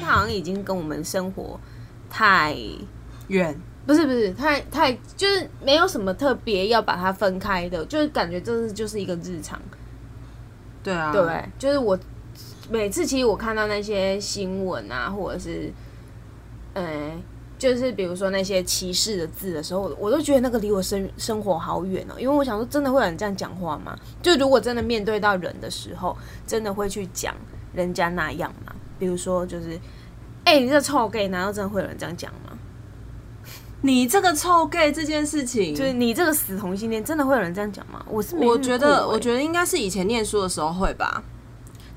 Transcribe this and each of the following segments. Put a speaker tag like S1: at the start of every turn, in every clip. S1: 他好像已经跟我们生活太
S2: 远，
S1: 不是不是太太就是没有什么特别要把它分开的，就是感觉这是就是一个日常，
S2: 对啊，
S1: 对不对？就是我每次其实我看到那些新闻啊，或者是，呃，就是比如说那些歧视的字的时候，我我都觉得那个离我生生活好远哦，因为我想说，真的会有人这样讲话吗？就如果真的面对到人的时候，真的会去讲人家那样吗？比如说就是，哎、你这臭 gay，难道真的会有人这样讲吗？
S2: 你这个臭 gay 这件事情，
S1: 就是你这个死同性恋，真的会有人这样讲吗？我是没
S2: 我
S1: 遇
S2: 觉得，
S1: 过
S2: 我
S1: 欸
S2: 觉得应该是以前念书的时候会吧。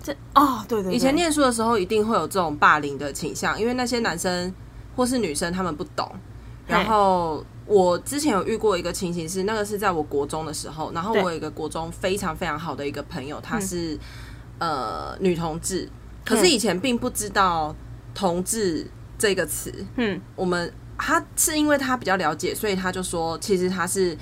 S1: 这哦，对对对，
S2: 以前念书的时候一定会有这种霸凌的倾向，因为那些男生或是女生他们不懂。然后我之前有遇过一个情形是，那个是在我国中的时候，然后
S1: 对
S2: 我有一个国中非常非常好的一个朋友，她是、呃女同志，可是
S1: 嗯
S2: 以前并不知道“同志”这个词，
S1: 嗯
S2: 我们他是因为他比较了解，所以他就说其实他是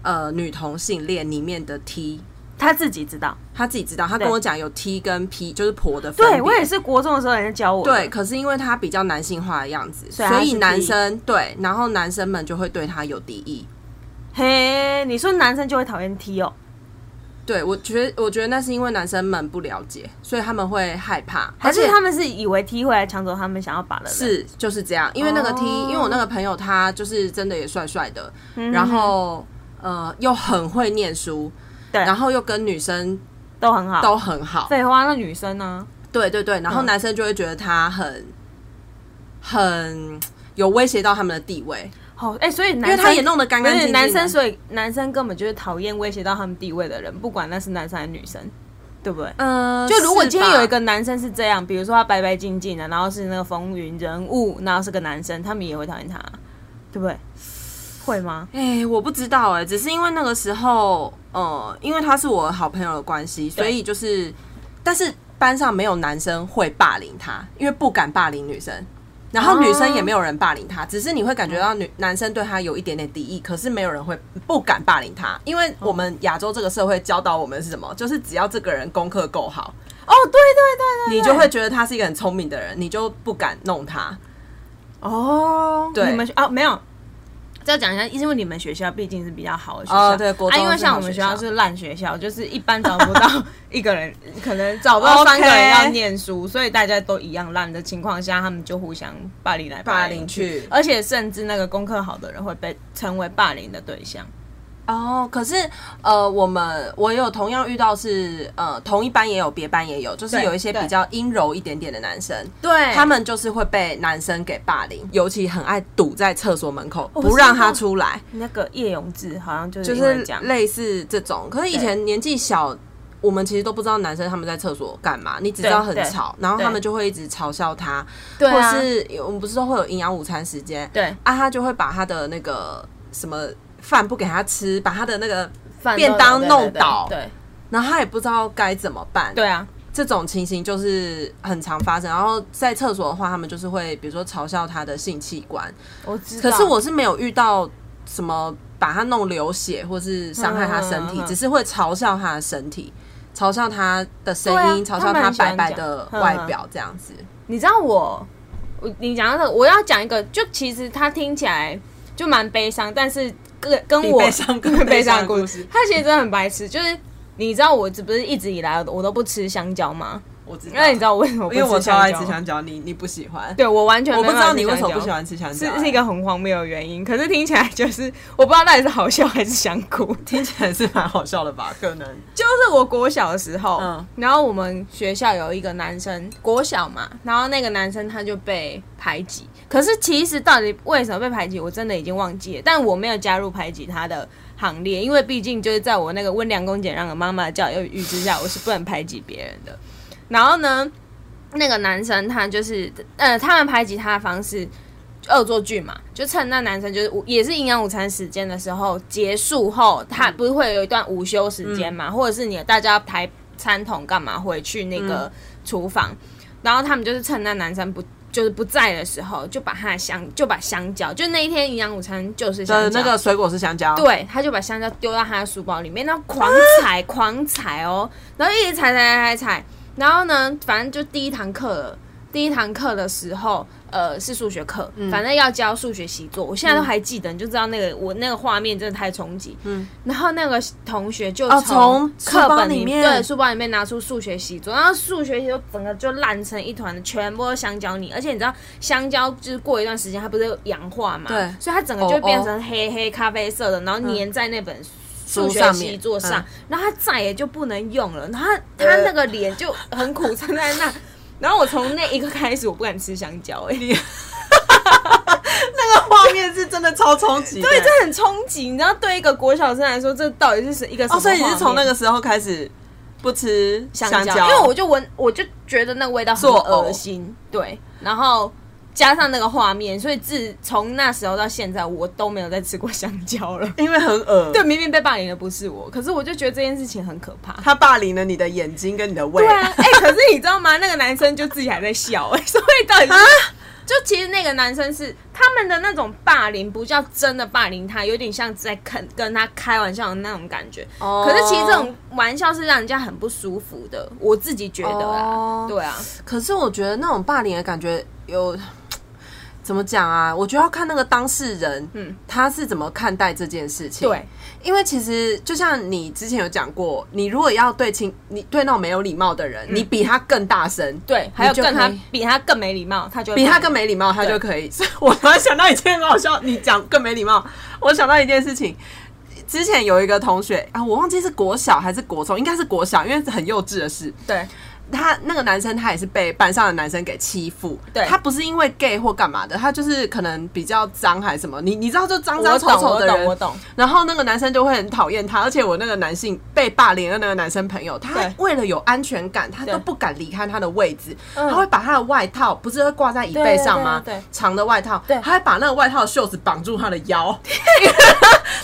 S2: 呃女同性恋里面的 T。
S1: 他自己知道，
S2: 他自己知道，他跟
S1: 对
S2: 我讲有 T 跟 P，就是婆的分别。
S1: 对我也是国中的时候人家教我的，
S2: 对，可是因为他比较男性化的样子，
S1: 所
S2: 所
S1: 以他是
S2: 以
S1: T
S2: 男生对，然后男生们就会对他有敌意。
S1: 嘿，你说男生就会讨厌 T 哦，
S2: 对我觉得，我觉得那是因为男生们不了解，所以他们会害怕，
S1: 还
S2: 而
S1: 是
S2: 且
S1: 他们是以为 T 会来抢走他们想要把的人？，
S2: 是就是这样。因为那个 T，、
S1: 哦
S2: 因为我那个朋友他就是真的也帅帅的，
S1: 嗯
S2: 然后呃又很会念书，
S1: 对
S2: 然后又跟女生
S1: 都很好。
S2: 都很好，
S1: 废话，那女生呢？
S2: 对对对，然后
S1: 嗯
S2: 男生就会觉得他很很有威胁到他们的地位，
S1: 好，哎、所以
S2: 因
S1: 男
S2: 为
S1: 生
S2: 他也弄得干
S1: 不
S2: 干净
S1: 是
S2: 净的。
S1: 男生，所以男生根本就是讨厌威胁到他们地位的人，不管那是男生还是女生，对不对？
S2: 呃，
S1: 就如果今天有一
S2: 是吧，
S1: 个男生是这样，比如说他白白净净的，然后是那个风云人物，然后是个男生，他们也会讨厌他，对不对？会吗？
S2: 哎、我不知道哎、只是因为那个时候，呃，因为他是我好朋友的关系，所以就是，但是班上没有男生会霸凌他，因为不敢霸凌女生。然后女
S1: 哦
S2: 生也没有人霸凌他，只是你会感觉到
S1: 嗯
S2: 女男生对他有一点点敌意，可是没有人会不敢霸凌他，因为
S1: 哦
S2: 我们亚洲这个社会教导我们是什么？就是只要这个人功课够好，
S1: 哦，对对对对
S2: 你就会觉得他是一个很聪明的人，你就不敢弄他。
S1: 哦，
S2: 对
S1: 你们学啊没有。再讲一下，因为你们学校毕竟是比较好的学校，
S2: 哦对国
S1: 啊，
S2: 中
S1: 因为
S2: 是
S1: 像
S2: 好
S1: 我们
S2: 学
S1: 学校
S2: 校
S1: 是烂学校，就是一般找不到一个 人，可能找不到三个人
S2: OK
S1: 要念书，所以大家都一样烂的情况下，他们就互相霸凌来
S2: 霸
S1: 凌
S2: 凌去
S1: 而且甚至那个功课好的人会被成为霸凌的对象。
S2: 哦，可是呃，我们我也有同样遇到是呃，同一班也有，别班也有，就是
S1: 对
S2: 有一些
S1: 对
S2: 比较阴柔一点点的男生，
S1: 对
S2: 他们就是会被男生给霸凌，尤其很爱堵在厕所门口，
S1: 哦
S2: 不让他出来，
S1: 那个叶永志好像就是
S2: 就
S1: 因为
S2: 是
S1: 这样，
S2: 类似这种。可是以前年纪小。我们其实都不知道男生他们在厕所干嘛，你只知道
S1: 对
S2: 很
S1: 对
S2: 吵，然后
S1: 对
S2: 他们就会一直嘲笑他，
S1: 对
S2: 或
S1: 啊，
S2: 是我们不是都会有营养午餐时间，
S1: 对
S2: 啊，他就会把他的那个什么饭不给他吃，把他的那个
S1: 饭
S2: 便
S1: 都
S2: 当
S1: 对对
S2: 弄
S1: 对
S2: 倒
S1: 对
S2: 然后他也不知道该怎么办。
S1: 对，啊，
S2: 这种情形就是很常发生。然后在厕所的话，他们就是会比如说嘲笑他的性器官，
S1: 我知道。
S2: 可是我是没有遇到什么把他弄流血或是伤害他身体，
S1: 嗯嗯嗯嗯
S2: 只是会嘲笑他的身体。嘲笑他的声音，
S1: 对啊
S2: 嘲笑
S1: 他们很喜欢
S2: 白白的
S1: 讲嗯嗯
S2: 外表，这样子。
S1: 你知道我，我你讲到这个，我要讲一个，就其实他听起来就蛮悲伤，但是跟跟
S2: 比
S1: 我
S2: 悲伤更
S1: 悲
S2: 悲
S1: 伤
S2: 伤
S1: 的
S2: 的
S1: 故
S2: 故
S1: 事
S2: 事，
S1: 他其实真的很白痴，就是。你知道我这不是一直以来我都不吃香蕉吗？
S2: 我知
S1: 那你知道我为什么不
S2: 因为我
S1: 吃
S2: 超
S1: 香
S2: 爱
S1: 蕉
S2: 吃
S1: 吗？
S2: 香蕉，你你不喜欢，
S1: 对我完全
S2: 我
S1: 没
S2: 不知
S1: 办法
S2: 道
S1: 吃
S2: 你为什么
S1: 香
S2: 不
S1: 蕉
S2: 喜欢吃香蕉、
S1: 是是一个很荒谬的原因。可是听起来就是我不知道到底是好笑还是想哭。
S2: 听起来是蛮好笑的吧？可能
S1: 就是我国小的时候，
S2: 嗯
S1: 然后我们学校有一个男生，国小嘛，然后那个男生他就被排挤。可是其实到底为什么被排挤，我真的已经忘记了，但我没有加入排挤他的行列，因为毕竟就是在我那个温良恭俭让的妈妈的教育之下，我是不能排挤别人的。然后呢，那个男生他就是，呃，他们排挤他的方式。恶作剧嘛，就趁那男生就是午也是营养午餐时间的时候结束后，他不是会有一段午休时间
S2: 嗯
S1: 嘛，或者是你大家
S2: 嗯
S1: 抬餐桶干嘛回去那个厨房，然后他们就是趁那男生不就是不在的时候，就把他的香就把香蕉，就那一天营养午餐就是
S2: 的
S1: 香蕉，
S2: 呃那个水果是香蕉，，
S1: 对，他就把香蕉丢到他的书包里面，然后狂踩、狂踩哦，然后一直踩踩踩踩踩，然后呢，反正就第一堂课了。第一堂课的时候，呃，是数学课，
S2: 嗯
S1: 反正要教数学习作，我现在都还记得，你就知道那个我那个画面真的太冲击。嗯，然后那个同学就
S2: 哦
S1: 从
S2: 从
S1: 课
S2: 书包
S1: 本
S2: 里面
S1: 对书包里面拿出数学习作，然后数学习作整个就烂成一团，全部都香蕉泥，而且你知道香蕉就是过一段时间它不是氧化嘛，
S2: 对
S1: 所以它整个
S2: 哦
S1: 就变
S2: 哦嗯
S1: 成黑黑咖啡色的，然后粘在那本数学
S2: 上
S1: 习
S2: 面
S1: 作上，
S2: 嗯呃
S1: 然后他再也就不能用了，然后他他那个脸就很苦撑在那。然后我从那一刻开始，我不敢吃香蕉、 欸，哎，
S2: 那个画面是真的超冲击的，
S1: 对，这很冲击。你知道，对一个国小生来说，这到底是什一个什么
S2: 哦，所以你
S1: 画
S2: 是
S1: 面
S2: 从那个时候开始不吃
S1: 香
S2: 蕉，
S1: 因为我就闻，我就觉得那个味道很
S2: 作呕
S1: 恶心，对，然后加上那个画面，所以自从那时候到现在，我都没有再吃过香蕉了。
S2: 因为很恶，
S1: 对，明明被霸凌的不是我，可是我就觉得这件事情很可怕。
S2: 他霸凌了你的眼睛跟你的胃，
S1: 对啊，哎、可是你知道吗？那个男生就自己还在笑、哎，所以到底是
S2: 啊
S1: 就其实那个男生是他们的那种霸凌，不叫真的霸凌他，有点像在跟跟他开玩笑的那种感觉。
S2: 哦
S1: 可是其实这种玩笑是让人家很不舒服的，我自己觉得啦。
S2: 哦
S1: 对啊，
S2: 可是我觉得那种霸凌的感觉有怎么讲啊？我觉得要看那个当事人，
S1: 嗯
S2: 嗯，他是怎么看待这件事情。
S1: 对，
S2: 因为其实就像你之前有讲过，你如果要对亲，你对那种没有礼貌的人，你比他更大声，
S1: 对，还有
S2: 你就
S1: 更他
S2: 可以
S1: 比他更没礼貌，他就会
S2: 比他
S1: 霸凌
S2: 更没礼貌，他就可以。所以我突然想到一件很好笑，你讲更没礼貌，我想到一件事情。之前有一个同学啊，我忘记是国小还是国中，应该是国小，因为是很幼稚的事。
S1: 对
S2: 他那个男生他也是被班上的男生给欺负，
S1: 对
S2: 他不是因为 gay 或干嘛的，他就是可能比较脏还是什么，你你知道就脏
S1: 我
S2: 脏
S1: 懂
S2: 丑丑
S1: 我
S2: 的
S1: 懂我
S2: 人，
S1: 懂，
S2: 然后那个男生就会很讨厌他，而且我那个男性被霸凌的那个男生朋友，他
S1: 对
S2: 为了有安全感，他
S1: 对
S2: 都不敢离开他的位置，
S1: 嗯
S2: 他会把他的外套不是会挂在椅背上吗？
S1: 对对对对
S2: 长的外套，
S1: 对
S2: 他会把那个外套的袖子绑住他的腰，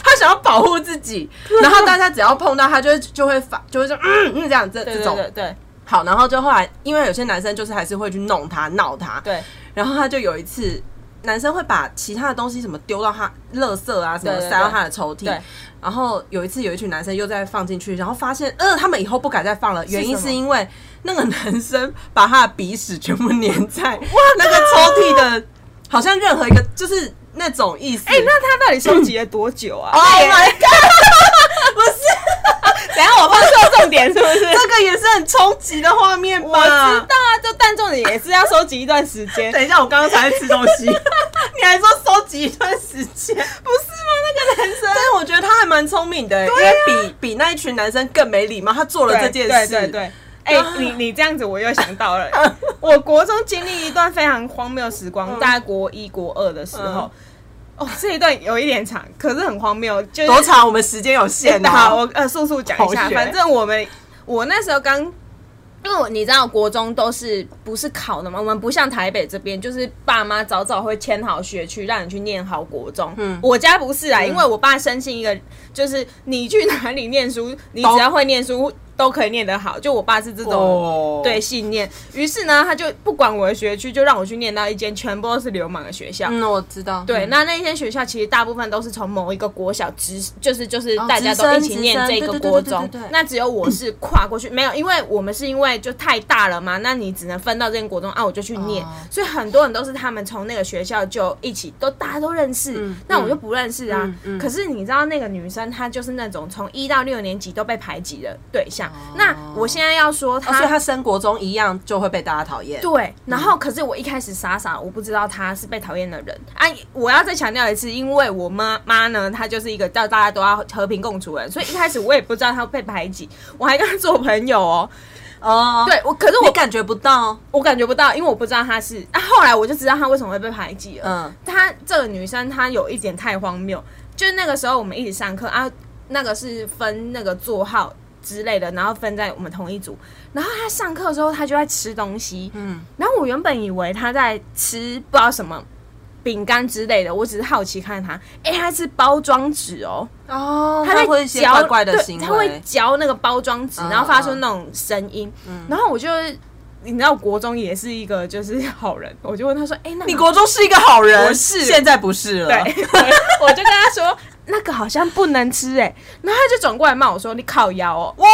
S2: 他想要保护自己，然后大家只要碰到他就会就会反就会说嗯嗯这样这
S1: 对
S2: 这
S1: 对
S2: 种。
S1: 对对
S2: 好，然后就后来，因为有些男生就是还是会去弄他、闹他，
S1: 对
S2: 然后他就有一次，男生会把其他的东西什么丢到他垃圾啊，什
S1: 对
S2: 么
S1: 对对
S2: 塞到他的抽屉
S1: 对。
S2: 然后有一次，有一群男生又再放进去，然后发现，呃，他们以后不敢再放了，原因
S1: 什么
S2: 是因为那个男生把他的鼻屎全部粘 在哇那个抽屉的，好像任何一个就是那种意思。
S1: 哎、那他到底收集了多久 啊？
S2: Oh
S1: 哎
S2: my god！
S1: 等一下我放错重点是不是？
S2: 这个也是很冲击的画面吧？
S1: 我知道啊，就但重点也是要收集一段时间，
S2: 等一下，我刚刚才在吃东 西，你还说收集一段时间，不是吗？那个男生，但是我觉得他还蛮聪明的、欸因为比比那一群男生更没礼貌，他做了
S1: 对
S2: 这件事，
S1: 啊对对 对。哎、你你这样子，我又想到了，我国中经历一段非常荒谬的时
S2: 嗯
S1: 光，大概国一、国二的时候，哦，这一段有一点长，可是很荒谬，就是
S2: 多长？我们时间有限、哦。
S1: 好，我呃速速讲一下，
S2: 同学
S1: 反正我们我那时候刚，因为我你知道国中都是不是考的嘛，我们不像台北这边，就是爸妈早早会签好学区，让你去念好国中。嗯，我家不是啊，因为我爸深信一个，就是你去哪里念书，你
S2: 都
S1: 只要会念书。都可以念得好，就我爸是这种、
S2: 哦
S1: 对信念，于是呢，他就不管我的学区，就让我去念到一间全部都是流氓的学校。
S2: 嗯，我知道。
S1: 对，
S2: 嗯，
S1: 那那间学校其实大部分都是从某一个国小直，就是就是
S2: 哦
S1: 大家
S2: 直
S1: 都
S2: 升
S1: 一起念
S2: 直升
S1: 这
S2: 对
S1: 个
S2: 对对
S1: 国
S2: 对对
S1: 中
S2: 对对，
S1: 那只有我是跨过去，没有，因为我们是因为就太大了嘛，那你只能分到这间国中啊，我就去念
S2: 哦，
S1: 所以很多人都是他们从那个学校就一起都大家都认识
S2: 嗯，
S1: 那我就不认识啊
S2: 嗯。嗯
S1: 可是你知道那个女生她就是那种从一到六年级都被排挤的对象，那我现在要说
S2: 哦所以
S1: 她。
S2: 他升国中一样就会被大家讨厌。
S1: 对，然后可是我一开始傻傻，我不知道他是被讨厌的人啊！我要再强调一次，因为我妈妈呢，她就是一个叫大家都要和平共处的人，所以一开始我也不知道她被排挤，我还跟她做朋友哦。
S2: 哦，，
S1: 对，我可是
S2: 你
S1: 我
S2: 感觉不到。
S1: 我感觉不到，因为我不知道她是啊。后来我就知道她为什么会被排挤了。
S2: 嗯，
S1: 她这个女生她有一点太荒谬，就是那个时候我们一起上课啊，那个是分那个座号之类的，然后分在我们同一组。然后她上课的时候，她就在吃东西，嗯
S2: 嗯，
S1: 然后我原本以为她在吃不知道什么饼干之类的，我只是好奇看她，哎、她吃包装纸哦，
S2: 哦，
S1: 他在
S2: 会一些
S1: 嚼
S2: 怪怪的
S1: 对
S2: 行
S1: 他会
S2: 为。
S1: 嚼那个包装纸，
S2: 嗯
S1: 然后发出那种声音，然后我就你知道国中也是一个就是好人，我就问他说：“哎、那
S2: 你国啊中是一个好
S1: 我
S2: 人，
S1: 是
S2: 现在不是了。
S1: 对，我就跟他说那个好像不能吃哎、然后他就转过来骂我说：“你烤腰哦。”
S2: 哇，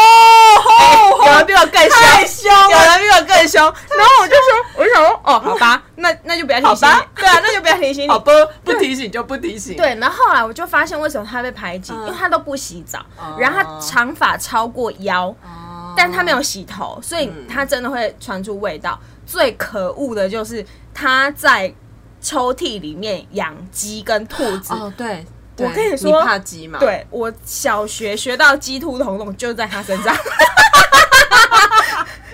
S1: 有
S2: 好
S1: 人比我更凶，啊
S2: 太凶了
S1: 有人比我更凶。然后我就说，我就想说，哦，好吧，那那就不要提醒
S2: 好吧
S1: 你，对啊，那就不要提醒你
S2: 好。吧，哦不提醒就不提醒。，
S1: 对，然后后来我就发现为什么他被排挤，因
S2: 嗯
S1: 为他都不洗澡，
S2: 哦
S1: 然后他长发超过腰，但他没有洗头，所以他真的会传出味道。
S2: 嗯
S1: 最可恶的就是他在抽屉里面养鸡跟兔子，
S2: 哦，对，
S1: 我
S2: 对
S1: 跟你说
S2: 怕鸡嘛？，
S1: 对我小学学到鸡兔同笼就在他身 上。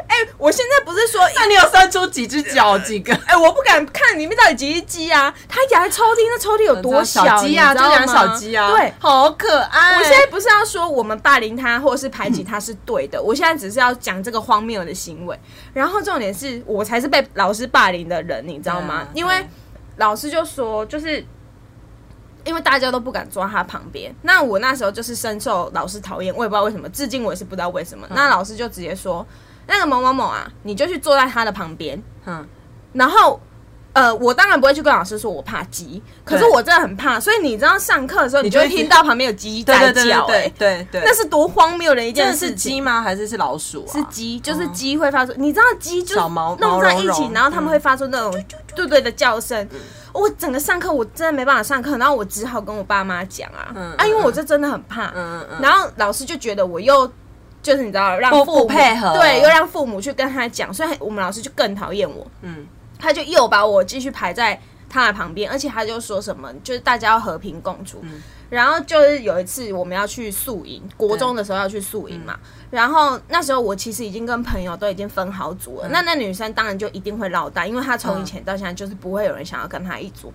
S1: 哎、我现在不是说，
S2: 那你有伸出几只脚？几个？
S1: 哎、我不敢看里面到底几只鸡啊！他养的抽屉，那抽屉有多
S2: 小鸡啊，
S1: 你
S2: 就
S1: 知道
S2: 养
S1: 吗
S2: 小鸡啊，
S1: 对。
S2: 好可爱。
S1: 我现在不是要说我们霸凌他或者是排挤他是对的，我现在只是要讲这个荒谬的行为。然后重点是我才是被老师霸凌的人，你知道吗？
S2: 对啊
S1: 因为
S2: 对
S1: 老师就说，就是因为大家都不敢坐他旁边。那我那时候就是深受老师讨厌，我也不知道为什么，至今我也是不知道为什么。
S2: 嗯
S1: 那老师就直接说，那个某某某啊，你就去坐在他的旁边，
S2: 嗯，
S1: 然后。呃，我当然不会去跟老师说我怕鸡，可是
S2: 对
S1: 我真的很怕，所以你知道上课的时候，你
S2: 你
S1: 就
S2: 就
S1: 会
S2: 会
S1: 听到旁边有鸡
S2: 对
S1: 在
S2: 对
S1: 叫、
S2: 对
S1: 欸，
S2: 对对对，
S1: 那是多荒谬的一
S2: 真
S1: 件
S2: 的是
S1: 事情。
S2: 鸡吗？还是是老鼠啊？
S1: 是鸡，就是鸡会发出，你知道鸡就是
S2: 小毛
S1: 弄在一
S2: 毛
S1: 起
S2: 茸，茸嗯
S1: 然后他们会发出那种对对的叫声。我整个上课我真的没办法上课，然后我只好跟我爸妈讲啊
S2: 嗯，
S1: 啊，
S2: 嗯
S1: 因为我这真的很怕。
S2: 嗯嗯嗯。
S1: 然后老师就觉得我又就是你知道让
S2: 不
S1: 父母
S2: 不配合
S1: 对，又让父母去跟他讲，所以我们老师就更讨厌我。
S2: 嗯，
S1: 他就又把我继续排在他的旁边，而且他就说什么，就是大家要和平共处。
S2: 嗯
S1: 然后就是有一次我们要去宿营，国中的时候要去宿营
S2: 嗯
S1: 嘛。然后那时候我其实已经跟朋友都已经分好组
S2: 嗯
S1: 了，那那女生当然就一定会落单，因为她从以前到现在就是不会有人想要跟她一
S2: 嗯
S1: 组。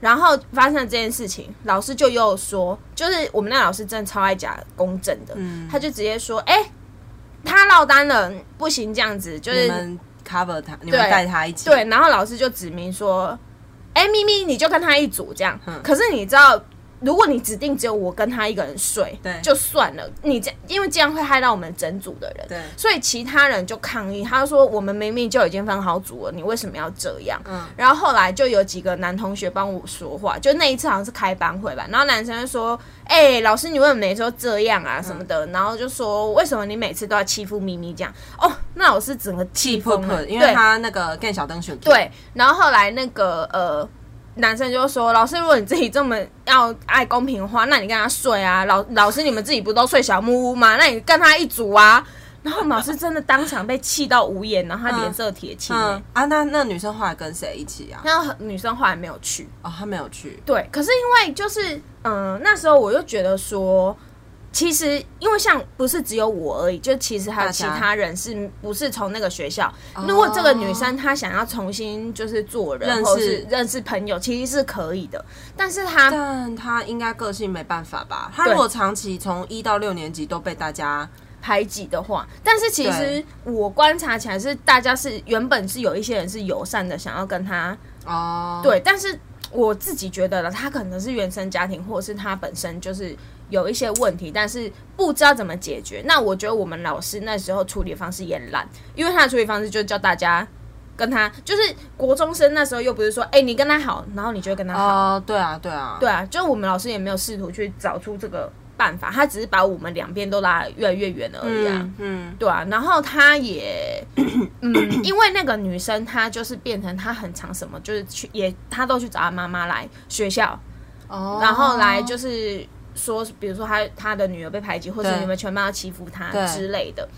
S1: 然后发生了这件事情，老师就又说，就是我们那老师真的超爱假公正的，
S2: 嗯
S1: 他就直接说，哎、他落单了，不行这样子，就是
S2: 你们 cover 它，你们带它一起。
S1: 对，，然后老师就指明说：“哎、咪咪，你就跟他一组这样。
S2: 嗯
S1: 可是你知道，如果你指定只有我跟他一个人睡，
S2: 对
S1: 就算了。你这因为这样会害到我们整组的人，
S2: 对
S1: 所以其他人就抗议，他说：“我们明明就已经分好组了，你为什么要这样？”
S2: 嗯
S1: 然后后来就有几个男同学帮我说话，就那一次好像是开班会吧，然后男生就说：“哎、老师，你为什么每次都这样啊什么的？”
S2: 嗯
S1: 然后就说：“为什么你每次都要欺负咪咪这样？”哦，那老师整个
S2: 气
S1: 气
S2: 噗
S1: 疯了，
S2: 噗，因
S1: 对
S2: 为它那个更小灯选。，
S1: 对，然后后来那个呃。男生就说：“老师，如果你自己这么要爱公平的话，那你跟他睡啊。老老师，你们自己不都睡小木屋吗？那你跟他一组啊。” 然后我们老师真的当场被气到无言，然后他脸色铁青、欸
S2: 嗯。啊，那那女生后来跟谁一起啊？
S1: 那女生后来没有去，
S2: 哦，她没有去。
S1: 对，可是因为就是，嗯、那时候我就觉得说，其实因为像不是只有我而已，就其实还有
S2: 大
S1: 其
S2: 家
S1: 他人是不是从那个学校？
S2: 哦
S1: 如果这个女生她想要重新就是做人，
S2: 认识
S1: 或者是认识朋友，其实是可以的。但是她
S2: 但她应该个性没办法吧？她
S1: 啊对
S2: 如果长期从一到六年级都被大家
S1: 排挤的话，但是其实
S2: 对
S1: 我观察起来是大家是原本是有一些人是友善的，想要跟她
S2: 哦，
S1: 对，但是我自己觉得了，他可能是原生家庭，或者是他本身就是有一些问题，但是不知道怎么解决。那我觉得我们老师那时候处理方式也很烂，因为他的处理方式就叫大家。跟他就是国中生那时候又不是说，哎、你跟他好，然后你就会跟他好，
S2: 哦，对啊，对啊，
S1: 对啊，就我们老师也没有试图去找出这个办法，他只是把我们两边都拉得越来越远而已啊。
S2: 嗯嗯，
S1: 对啊，然后他也， 嗯，因为那个女生她就是变成她很常什么，就是去也她都去找她妈妈来学校，
S2: 哦，
S1: 然后来就是说，比如说她她的女儿被排挤，或者
S2: 对
S1: 你们全班要欺负她
S2: 对
S1: 之类的，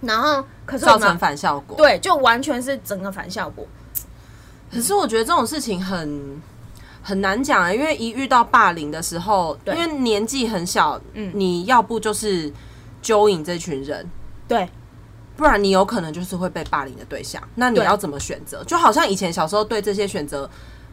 S1: 然后可是我
S2: 造成
S1: 们
S2: 反效果。
S1: 对就完全是整个反效果，
S2: 可是我觉得这种事情很很难讲、欸，因为一遇到霸凌的时候，
S1: 对
S2: 因为年纪很小，
S1: 嗯
S2: 你要不就是揪引这群人，
S1: 对
S2: 不然你有可能就是会被霸凌的对象。那你
S1: 对
S2: 要怎么选择？就好像以前小时候对这些选择。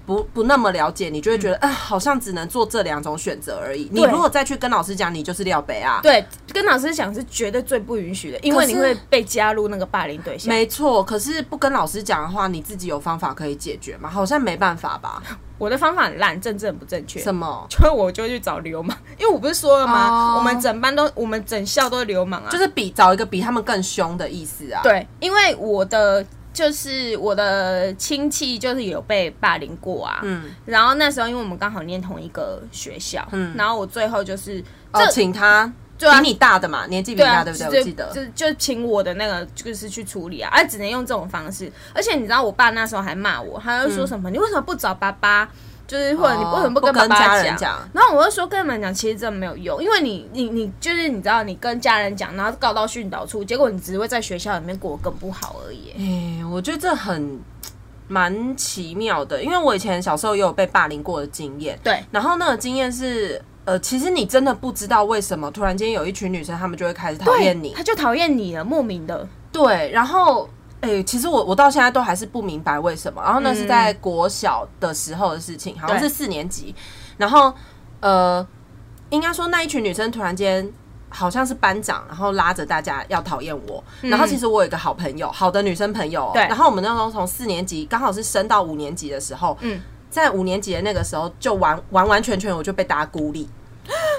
S2: 不不那么了解，你就会觉得，哎、好像只能做这两种选择而已。你
S1: 嗯对
S2: 如果再去跟老师讲，你就是廖北啊。
S1: 对，跟老师讲是绝对最不允许的，因为
S2: 可
S1: 你
S2: 是
S1: 会被加入那个霸凌对象。
S2: 没错。可是不跟老师讲的话，你自己有方法可以解决吗？好像没办法吧？
S1: 我的方法很烂，正正不正确。
S2: 什么？
S1: 就我就去找流氓， 因为我不是说了吗？
S2: 哦
S1: 我们整班都，我们整校都是流氓啊。
S2: 就是比找一个比他们更凶的意思啊。
S1: 对，因为我的就是我的亲戚就是有被霸凌过啊，
S2: 嗯，
S1: 然后那时候因为我们刚好念同一个学校，
S2: 嗯
S1: 然后我最后就是
S2: 哦，
S1: 这
S2: 请他
S1: 对啊
S2: 比你大的嘛，年纪比
S1: 对
S2: 你大，
S1: 啊，
S2: 对不
S1: 就
S2: 对？我记得，
S1: 就就请我的那个就是去处理啊，哎、只能用这种方式。而且你知道，我爸那时候还骂我，他就说什么、你为什么不找爸爸？”就是或者你
S2: 哦
S1: 为什么跟
S2: 不
S1: 爸
S2: 跟
S1: 爸
S2: 家人讲
S1: 然后我就说跟你们讲，其实真的没有用，因为你你你就是你知道，你跟家人讲，然后告到训导处，结果你只会在学校里面过得更不好而已。
S2: 哎、我觉得这很蛮奇妙的，因为我以前小时候也有被霸凌过的经验。
S1: 对，
S2: 然后那个经验是，呃，其实你真的不知道为什么突然间有一群女生，她们就会开始讨厌你
S1: 他。就讨厌你了，莫名的。
S2: 对，然后。哎、其实我我到现在都还是不明白为什么。然后那是在国小的时候的事情，好像
S1: 嗯对
S2: 是四年级。然后呃，应该说那一群女生突然间好像是班长，然后拉着大家要讨厌我。然后其实我有一个好朋友，好的女生朋友、哦。
S1: 嗯对
S2: 然后我们那时候从四年级刚好是升到五年级的时候，
S1: 嗯
S2: 在五年级的那个时候就完完完全全我就被大家孤立。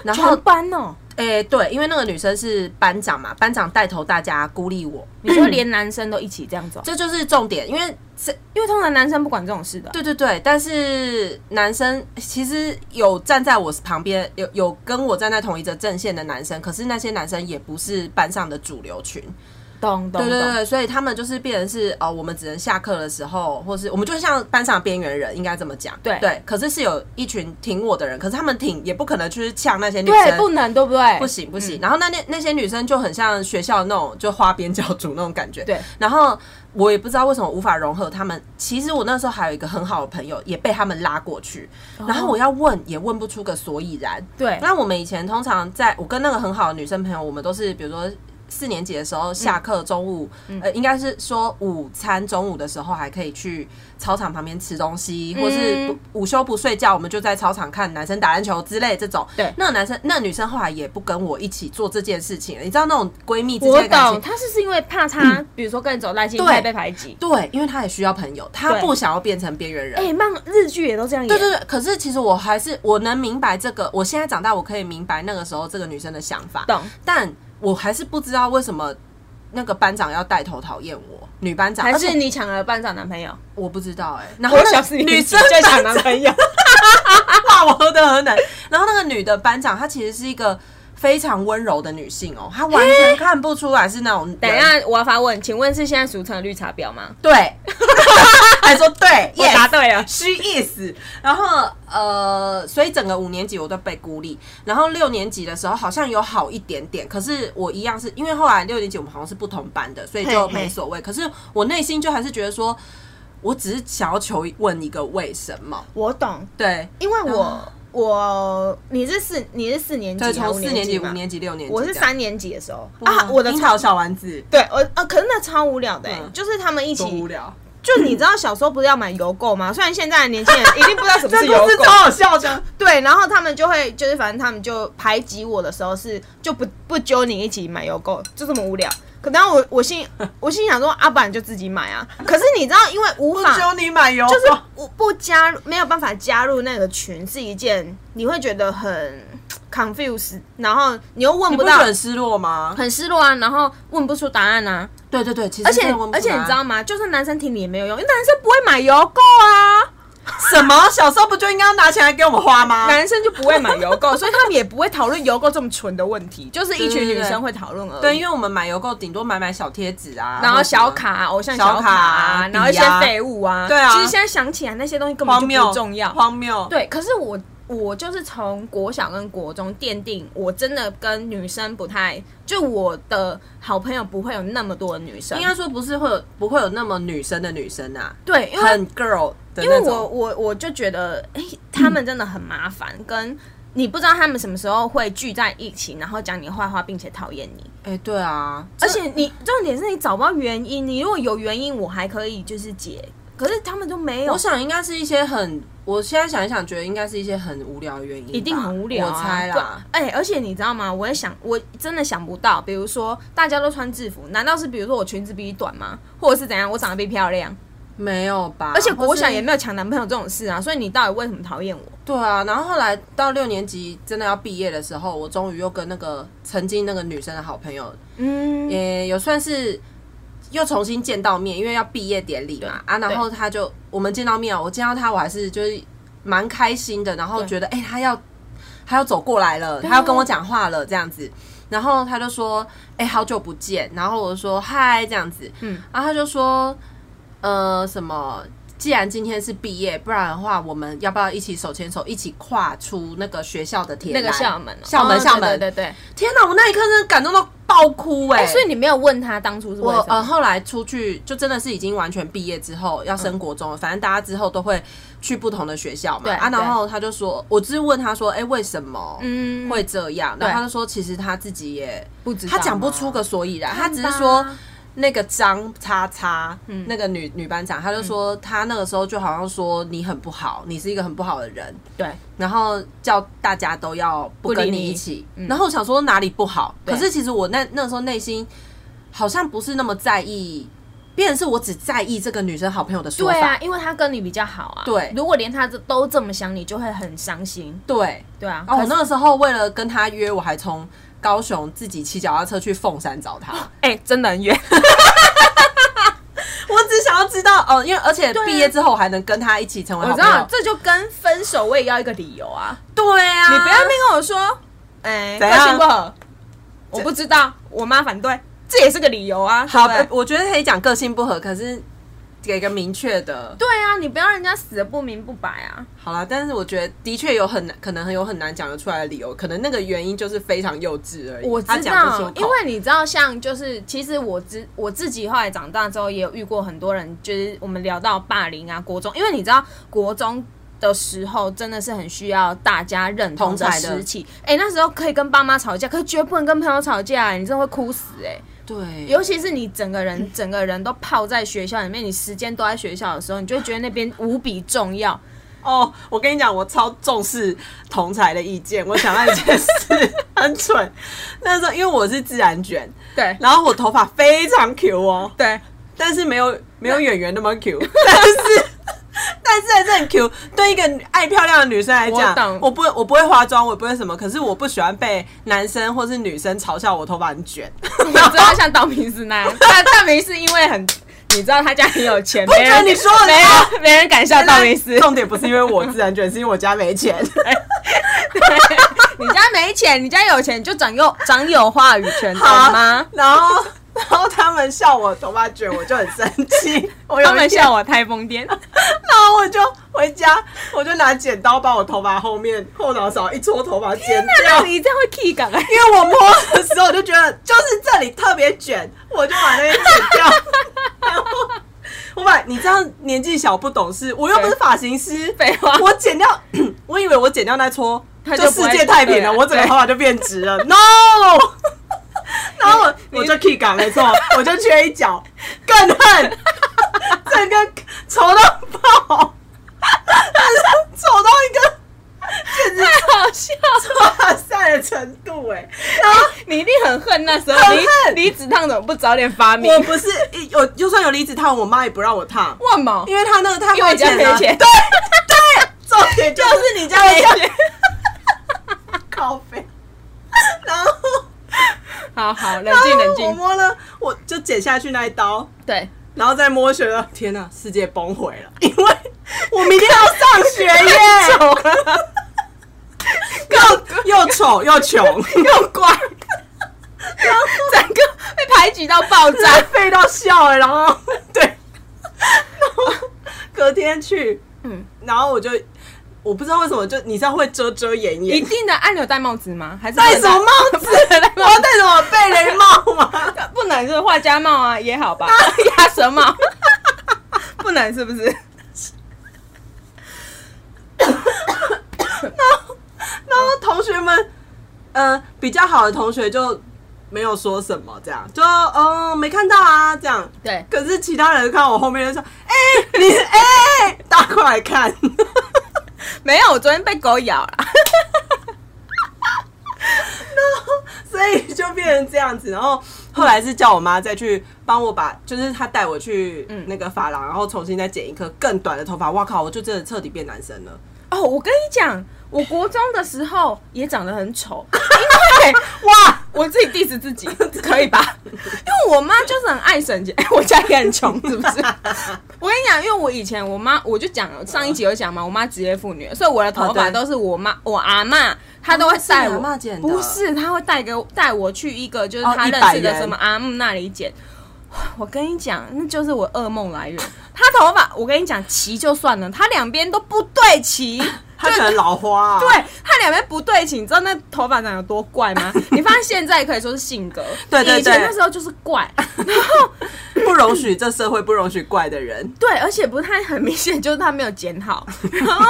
S2: 然后
S1: 全班哦，
S2: 诶、对，因为那个女生是班长嘛，班长带头大家孤立我。
S1: 你说连男生都一起这样走、
S2: 这就是重点，因为这
S1: 因为通常男生不管这种事的。
S2: 对对对，但是男生其实有站在我旁边，有有跟我站在同一个阵线的男生，可是那些男生也不是班上的主流群，
S1: 咚咚
S2: 对
S1: 咚。
S2: 对对，所以他们就是变成是哦，我们只能下课的时候，或是我们就像班上的边缘人，应该这么讲，
S1: 对
S2: 对，可是是有一群挺我的人，可是他们挺也不可能去呛那些女
S1: 对，
S2: 生，
S1: 不能，对不对？
S2: 不行不行。然后那那那些女生就很像学校那种就花边教主那种感觉。
S1: 对。
S2: 然后我也不知道为什么无法融合他们。其实我那时候还有一个很好的朋友，也被他们拉过去，
S1: 哦
S2: 然后我要问也问不出个所以然。
S1: 对，
S2: 那我们以前通常在我跟那个很好的女生朋友，我们都是比如说。四年级的时候，下课中午，
S1: 嗯
S2: 呃，应该是说午餐中午的时候还可以去操场旁边吃东西，或是
S1: 嗯
S2: 不午休不睡觉，我们就在操场看男生打篮球之类这种。
S1: 对
S2: 那个男生那女生后来也不跟我一起做这件事情了，你知道那种闺蜜之间
S1: 我
S2: 的感
S1: 懂，
S2: 情。
S1: 他是不是因为怕他，比如说跟你走太近，
S2: 嗯对
S1: 怕被排挤？
S2: 对，因为她也需要朋友，她
S1: 对
S2: 不想要变成边缘人。
S1: 哎，漫日剧也都这样演，
S2: 对对对，可是其实我还是我能明白这个，我现在长大我可以明白那个时候这个女生的想法，
S1: 懂，
S2: 但我还是不知道为什么那个班长要带头讨厌我，女班长，
S1: 还
S2: 而
S1: 是
S2: 且
S1: 你抢了班长男朋友？
S2: 我不知道 哎、然后
S1: 我
S2: 那
S1: 小
S2: 个
S1: 时
S2: 女生
S1: 就抢男朋友，
S2: 霸王的河南，然后那个女的班长她其实是一个非常温柔的女性哦，她 完全看不出来是那种人。
S1: 等一下我要发问，请问是现在俗称的绿茶婊吗？
S2: 对， 还说对，
S1: 我答
S2: yes
S1: 对了，
S2: she is。然后呃，所以整个五年级我都被孤立，然后六年级的时候好像有好一点点，可是我一样是因为后来六年级我们好像是不同班的，所以就
S1: 嘿嘿
S2: 没所谓。可是我内心就还是觉得说，我只是想要求问一个为什么？
S1: 我懂，
S2: 对，
S1: 因为
S2: 我
S1: 我你是四你是四年
S2: 就是从四年级、五年级、六年级，
S1: 我是，三年级的时候
S2: 啊
S1: 啊，，我的
S2: 樱桃小丸子
S1: 对我啊，可是那超无聊的、欸，
S2: 嗯
S1: 就是他们一起
S2: 多，无聊，
S1: 就你知道小时候不是要买邮购吗？虽然现在的年轻人一定不知道什么 是
S2: 这
S1: 邮
S2: 故事
S1: 购
S2: 超，好笑的。
S1: 对，然后他们就会就是反正他们就排挤我的时候是就不不揪你一起买邮购，就这么无聊。可然后我我心我心想说，啊，不然就自己买啊。可是你知道，因为无
S2: 不
S1: 法
S2: 求你买油，
S1: 就是我不加入没有办法加入那个群是一件你会觉得很 confused，然后你又问
S2: 你不是
S1: 到。
S2: 很失落吗？
S1: 很失落啊，然后问不出答案啊，
S2: 对对对，其实
S1: 而且
S2: 真的问不
S1: 而且
S2: 出来啊
S1: 你知道吗？就算男生挺你也没有用，因为男生不会买邮购啊，
S2: 什么？小时候不就应该要拿钱来给我们花吗？
S1: 男生就不会买邮购，所以他们也不会讨论邮购这么蠢的问题，就是一群
S2: 对对
S1: 女
S2: 对
S1: 生会讨论而已。啊
S2: 对，因为我们买邮购顶多买买小贴纸啊，
S1: 然
S2: 或
S1: 后
S2: 什么
S1: 小卡、偶像小
S2: 小
S1: 卡
S2: 卡
S1: 啊，
S2: 啊
S1: 然后一些
S2: 笔啊
S1: 废物啊，
S2: 对啊
S1: 其实现在想起来那些东西根本
S2: 荒
S1: 就
S2: 谬
S1: 不重要。
S2: 荒谬。
S1: 对，可是我我就是从国小跟国中奠定，我真的跟女生不太，就我的好朋友不会有那么多的女生
S2: 应，该说不是会有不会有那么女生的女生啊，
S1: 对，因为
S2: 很 girl 的
S1: 因为
S2: 那
S1: 我
S2: 种。
S1: 我我就觉得，哎、他们真的很麻烦，跟你不知道他们什么时候会聚在一起，然后讲你坏话，并且讨厌你。
S2: 哎、对啊，
S1: 而且你重点是你找不到原因，你如果有原因，我还可以就是解，可是他们都没有啊
S2: 我。想应该是一些很，我现在想一想，觉得应该是一些很无聊的原因吧，
S1: 一定很无聊、啊，
S2: 我猜啦。
S1: 对。哎、而且你知道吗？我也想，我真的想不到，比如说大家都穿制服，难道是比如说我裙子比你短吗？或者是怎样？我长得比你漂亮？
S2: 没有吧？
S1: 而且国
S2: 或
S1: 小
S2: 是
S1: 也没有抢男朋友这种事啊，所以你到底为什么讨厌我？
S2: 对啊，然后后来到六年级真的要毕业的时候，我终于又跟那个曾经那个女生的好朋友
S1: 嗯，
S2: 也有算是又重新见到面，因为要毕业典礼嘛啊，然后他就我们见到面哦，我见到他我还是就是蛮开心的，然后
S1: 对啊
S2: 觉得哎、他要他要走过来了，他要跟我讲话了这样子，然后他就说哎、好久不见，然后我就说嗨这样子，
S1: 嗯
S2: 嗯，然后他就说呃什么。既然今天是毕业，不然的话，我们要不要一起手牵手，一起跨出那个学校的铁
S1: 那
S2: 栏？
S1: 个校门哦，
S2: 校门，
S1: 哦
S2: 校门，
S1: 对对对。
S2: 天哪！我那一刻真的感动到爆哭哎、
S1: 哎，所以你没有问他当初是为
S2: 我
S1: 什
S2: 呃
S1: 么？
S2: 后来出去就真的是已经完全毕业之后要升国中了，反正大家之后都会去不同的学校嘛
S1: 对
S2: 啊，
S1: 对
S2: 然后他就说，我只是问他说，哎、为什么
S1: 嗯，
S2: 会这样？
S1: 对
S2: 然后他就说，其实他自己也啊
S1: 不知道
S2: 他
S1: 吗，啊
S2: 讲不出个所以然，他
S1: 看吧，
S2: 只是说。那个张叉叉，那个女女班长，她就说她那个时候就好像说你很不好，你是一个很不好的人，
S1: 对，
S2: 然后叫大家都要不
S1: 不理
S2: 跟
S1: 你
S2: 你一起。
S1: 嗯
S2: 然后我想说哪里不好，
S1: 对
S2: 可是其实我那那时候内心好像不是那么在意，变成是我只在意这个女生好朋友的说
S1: 对啊
S2: 法。，
S1: 因为他跟你比较好啊。
S2: 对
S1: 如果连他这都这么想你，就会很伤心。
S2: 对，
S1: 对啊，
S2: 哦，
S1: 可
S2: 我
S1: 是
S2: 那个时候为了跟她约，我还从高雄自己骑脚踏车去凤山找 她。
S1: 哎、真的很远。
S2: 我只想要知道哦，因为而且
S1: 对啊
S2: 毕业之后我还能跟她一起成为
S1: 我
S2: 好
S1: 知
S2: 朋
S1: 道，
S2: 友。
S1: 这就跟分手我也要一个理由啊！
S2: 啊对啊，
S1: 你不要那边跟我说，哎、
S2: 怎
S1: 个
S2: 样
S1: 性不合，我不知道，我妈反对，这也是个理由啊。
S2: 好，
S1: 对不
S2: 呃
S1: 对
S2: 我觉得可以讲个性不合，可是给个明确的。
S1: 对啊，你不要人家死的不明不白啊。
S2: 好啦，但是我觉得的确有很难，可能很有很难讲得出来的理由，可能那个原因就是非常幼稚而已，
S1: 我
S2: 他
S1: 知
S2: 讲不
S1: 道
S2: 出，口
S1: 因为你知道，像就是其实我自我自己后来长大之后，也有遇过很多人，就是我们聊到霸凌啊，国中，因为你知道国中。的时候真的是很需要大家认同
S2: 同才的
S1: 时期，哎、那时候可以跟爸妈吵架，可是绝不能跟朋友吵架、你真的会哭死哎、
S2: 对
S1: 尤其是你整个
S2: 嗯
S1: 人整个人都泡在学校里面，你时间都在学校的时候，你就会觉得那边无比重要。
S2: 哦，我跟你讲，我超重视同才的意见，我想到一件事很蠢，那时候因为我是自然卷，
S1: 对
S2: 然后我头发非常 Q 哦，
S1: 对，
S2: 但是没有没有演员那 么 Q，但是。但是还是很 Q，对一个爱漂亮的女生来
S1: 我懂
S2: 讲，我不会我不会化妆，我也不会什么，可是我不喜欢被男生或是女生嘲笑我头发很卷。
S1: 你知道像道明寺那样， 但道明寺因为很，你知道他家很有钱， 没
S2: 觉得
S1: 人
S2: 你说的，
S1: 没人没人敢笑道哎明寺
S2: 重点不是因为我自然卷，是因为我家 没钱。
S1: 你家没钱，你家有钱你就掌有掌有话语 权，懂吗？
S2: 然后，然后他们笑我头发卷，我就很生 气。我有
S1: 他
S2: 一
S1: 们
S2: 天，
S1: 笑我太疯 癫，
S2: 然后我就回家，我就拿剪刀把我头发后面后脑勺一戳头发剪掉
S1: 那。你这样会 key 感哎。
S2: 因为我摸的时候，我就觉得就是这里特别卷，我就把那边剪 掉。然后我把你这样年纪小不懂事，我又不是发型师，
S1: 废话
S2: 我剪掉， 我以为我剪掉那撮，
S1: 它就
S2: 就
S1: 不
S2: 世
S1: 会
S2: 界太平
S1: 对啊
S2: 了，我整个
S1: 对
S2: 头发就变直 了。No，然后我我就 K 港没错，我就缺一脚，更恨，整个丑到爆，但是丑到一个简直
S1: 太好笑了！
S2: 哇塞的程度哎、然后。
S1: 你一定很恨那时候，
S2: 很
S1: 离
S2: 恨
S1: 离子烫怎么不早点发明？
S2: 我不是一有，就算有离子烫，我妈也不让我烫，
S1: 为什么？
S2: 因为她那个太
S1: 因为
S2: 花
S1: 我家
S2: 钱
S1: 没
S2: 了。
S1: 钱，
S2: 对对，重点就是你家没钱，靠 背。然后，
S1: 好好，冷
S2: 然
S1: 静冷
S2: 后我
S1: 静。
S2: 摸了，我就剪下去那一刀，
S1: 对，
S2: 然后再摸，觉得天哪，世界崩毁了，因为我明天要上学耶，
S1: 丑 了，
S2: 又又丑又穷，
S1: 又怪，整个被排挤到爆
S2: 再
S1: 炸。
S2: 废到笑了，然后对，然后隔天去，
S1: 嗯
S2: 嗯，然后我就我不知道为什么就你知道会遮遮掩
S1: 一
S2: 掩，
S1: 定的按钮戴帽子吗？还是
S2: 戴什么 帽子？我要戴什么贝雷帽啊吗？
S1: 不能是画家帽啊，也好 吧，鸭舌帽，不能是不是？
S2: 然后同学们，呃，比较好的同学就没有说什么，这样就嗯、呃没看到啊，这样。
S1: 对，
S2: 可是其他人看我后面就说：“哎、你 哎、大家快来看！”
S1: 没有，我昨天被狗咬了。
S2: 所以就变成这样子。然后后来是叫我妈再去帮我把，就是她带我去
S1: 嗯
S2: 那个发廊，然后重新再剪一颗更短的头发。哇靠！我就真的彻底变男生了。
S1: 哦，我跟你讲，我国中的时候也长得很丑，因对，
S2: 哇，
S1: 我自己 diss 自己， 可以吧？因为我妈就是很爱省钱， 我家也很穷，是不是？我跟你讲，因为我以前我妈，我就讲了，上一集有讲嘛，我妈职业妇女，所以我的头发
S2: 哦对
S1: 都是我妈，我阿嬷她都会带我，
S2: 哦是你阿嬷剪的
S1: 不是，她会带给我带我去一个就是
S2: 哦
S1: 她认识
S2: 100
S1: 的
S2: 元
S1: 什么阿木那里剪。我跟你讲，那就是我噩梦来源。她头发，我跟你讲齐就算了，她两边都不对齐，
S2: 他可能老花、啊，
S1: 对，它两边不对齐，你知道那头发长有多怪 吗？你发现现在可以说是性格，
S2: 对对
S1: 以前
S2: 对
S1: 那时候就是怪，
S2: 对，不容许这社会不容许怪的人。
S1: 对，而且不太很明显，就是他没有剪 好。然后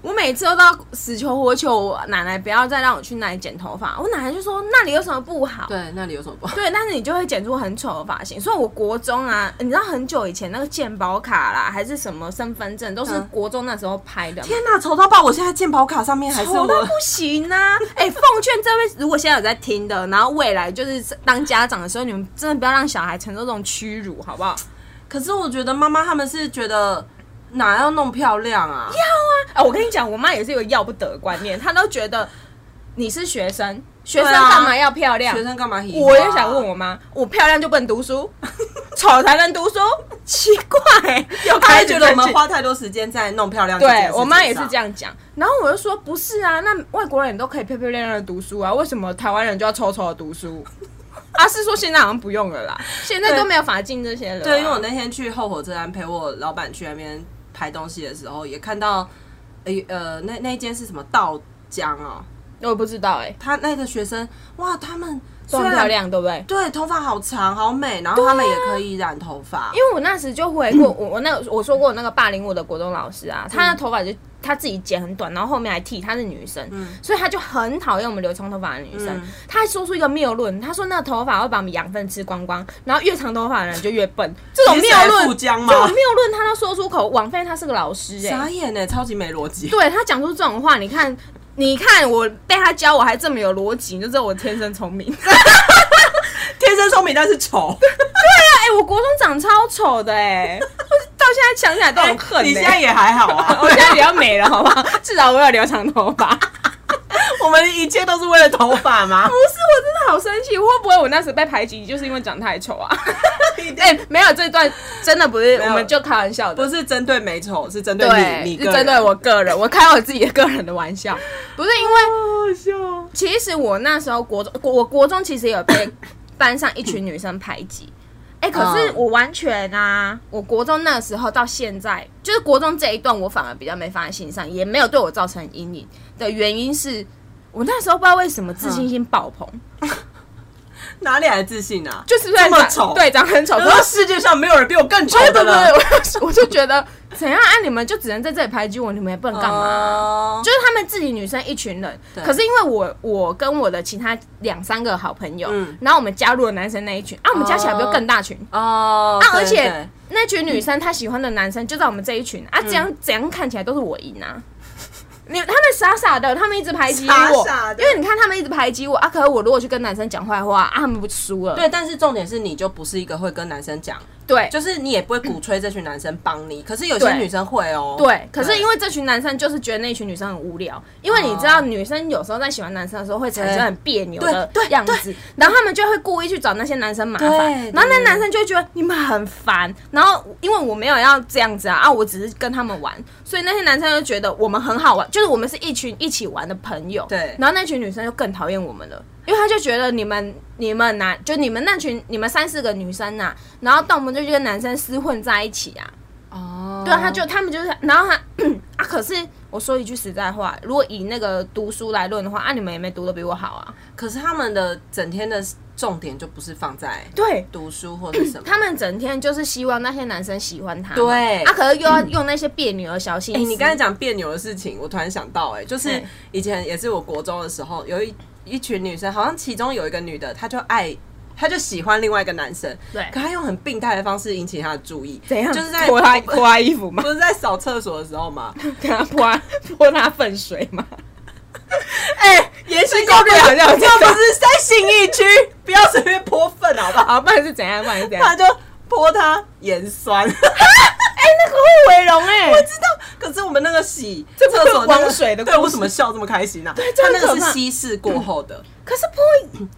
S1: 我每次都到死求活求我奶奶不要再让我去那里剪头发，我奶奶就说那里有什么不好？
S2: 对，那里有什么不好？
S1: 对，但是你就会剪出很丑的发型。所以我国中啊，你知道很久以前那个健保卡啦，还是什么身份证，都是
S2: 嗯
S1: 国中那时候拍的嘛。
S2: 天哪、丑到爆！我现在健保卡上哎面还是
S1: 丑到
S2: 我
S1: 不，行啊！哎、奉劝这位如果现在有在听的，然后未来就是当家长的时候，你们真的不要让小孩承受这种屈辱，好不好？
S2: 可是我觉得妈妈他们是觉得哪要弄漂亮啊？
S1: 啊，我跟你讲，我妈也是有要不得的观念，她都觉得你是学生，学生
S2: 对啊
S1: 干嘛要漂亮？
S2: 学生干嘛？
S1: 我也想问，我妈，我漂亮就不能读书，丑才能读书？ 奇怪、有
S2: 她
S1: 开
S2: 还
S1: 始
S2: 觉得我们
S1: 生气
S2: 花太多时间在弄漂亮这件事
S1: 对
S2: 情上。
S1: 我妈也是这样讲，然后我就说不是啊，那外国人都可以漂漂亮亮的读书啊，为什么台湾人就要丑丑的读 书？啊，是说现在好像不用了啦，现在都没有法进这些啊人、
S2: 对，因为我那天去后火车站陪我老板去那边拍东西的时候，也看到，诶呃，那那一间是什么道江哦，
S1: 我也不知道哎、
S2: 他那个学生哇，他们虽
S1: 都很
S2: 然
S1: 漂，亮，对不对？
S2: 对，头发好长好美，然后他们也可以染头发，
S1: 因为我那时就回过我我那我说过我那个霸凌我的国中老师啊，
S2: 嗯
S1: 她的头发就她自己剪很短，然后后面还剃，她是女生，所以她就很讨厌我们留长头发的女生
S2: 嗯。
S1: 她还说出一个谬论，她说那个头发会把我们养分吃光光，然后越长头发的人就越 笨。这种
S2: 你是
S1: 谬
S2: 来
S1: 论
S2: 富江
S1: 这种
S2: 吗？
S1: 谬论他都说出口，王菲她是个老 师哎、
S2: 傻眼呢、欸超级没逻辑。
S1: 对他讲出这种话，你看，你看我被他教，我还这么有逻辑，你就知道我天生聪 明。
S2: 天生聪明，但是丑。
S1: 哎、我国中长超丑的哎、我到现在想起来都很恨、欸。
S2: 你现在也还好 啊。
S1: 我现在比较美了，好不好？ 至少我有留长头发。
S2: 我们一切都是为了头发 吗
S1: 不？是，我真的好生气，会不会我那时被排挤就是因为长太 丑啊？哎、没有这段真的不是，
S2: 没
S1: 我
S2: 有
S1: 们就开玩笑的。
S2: 不是针对美丑，是针
S1: 对，
S2: 你，你
S1: 是
S2: 个人
S1: 针对我个人，我开我自己的个人的玩笑，不是因为
S2: 好笑。
S1: 其实我那时候国中，国我国中其实有 被班上一群女生排挤。哎、可是
S2: 嗯
S1: 我完全啊，我国中那时候到现在，就是国中这一段，我反而比较没放在心上，也没有对我造成阴影的原因是，我那时候不知道为什么自信心爆棚，
S2: 哪里来的自信啊？
S1: 就是
S2: 这么
S1: 长
S2: 丑，
S1: 对，长得很丑，嗯
S2: 然
S1: 不
S2: 后
S1: 是
S2: 世界上没有人比我更丑
S1: 不是不
S2: 的
S1: 是，不
S2: 了。
S1: 是我我 就觉得怎样啊，你们就只能在这里排挤我，你们也不能干嘛、
S2: 嘛
S1: 就是他们自己女生一群人，
S2: 对
S1: 可是因为我我跟我的其他两三个好朋友，
S2: 嗯
S1: 然后我们加入了男生那一群，啊，我们加起来不就更大群？
S2: 哦
S1: 啊，而
S2: 对
S1: 且
S2: 对
S1: 那群女
S2: 嗯
S1: 生她喜欢的男生就在我们这一群啊，怎样怎样看起来都是我赢啊。你他们傻傻的，他们一直排挤我，
S2: 傻傻的
S1: 因为你看他们一直排挤我啊。可是我如果去跟男生讲坏话啊，他们不输了。
S2: 对，但是重点是你就不是一个会跟男生讲，
S1: 对
S2: 就是你也不会鼓吹这群男生帮你。可是有些
S1: 对
S2: 女生会哦。
S1: 对，可是因
S2: 为
S1: 为这群男生就是觉得那群女生很无聊，因为你知道女生有时候在喜欢男生的时候会产生很别扭的
S2: 哦对对
S1: 样子，然后他们就会故意去找那些男生麻烦
S2: 对，
S1: 然后那男生就会觉得你们很烦，然后因为我没有要这样子啊，啊，我只是跟他们玩，所以那些男生就觉得我们很好玩，就是我们是一群一起玩的朋友，
S2: 对
S1: 然后那群女生就更讨厌我们了。因为他就觉得你们、你们呐、就你们那群、你们三四个女生呐、啊然后动不动就跟男生厮混在一起啊，
S2: 哦，
S1: 对啊，他就他们就是，然后他 啊，可是我说一句实在话，如果以那个读书来论的话，啊，你们也没读的比我好啊。
S2: 可是他们的整天的重点就不是放在
S1: 对，
S2: 读书或者什么。
S1: 他们整天就是希望那些男生喜欢他。
S2: 对
S1: 啊，可是又要用那些别扭的小心
S2: 哎、
S1: 思。
S2: 你刚才讲别扭的事情，我突然想到、哎，就是
S1: 嗯
S2: 以前也是我国中的时候，有一一群女生，好像其中有一个女的，她就爱，她就喜欢另外一个男生，
S1: 对
S2: 可她用很病态的方式引起他的注意，
S1: 怎样？
S2: 就是在
S1: 泼他泼他衣服吗
S2: 不？是在扫厕所的时候嘛，
S1: 给他泼他泼他粪水吗？ 哎、延禧攻
S2: 高
S1: 略好像有这
S2: 这不
S1: 个。
S2: 是在信义区，不要随便泼粪好不好？
S1: 好，不然是怎样？不然是怎样？
S2: 她就泼他盐酸，
S1: 哎、哎、那个会毁容哎、
S2: 知道，可是我们那个洗
S1: 这不是
S2: 厕所那个
S1: 汪水的故事
S2: 对，为什么笑这么开心呢、啊
S1: 对这
S2: 他
S1: 很
S2: 那个
S1: 可
S2: 是
S1: 怕
S2: 稀释过后的，
S1: 可是不会，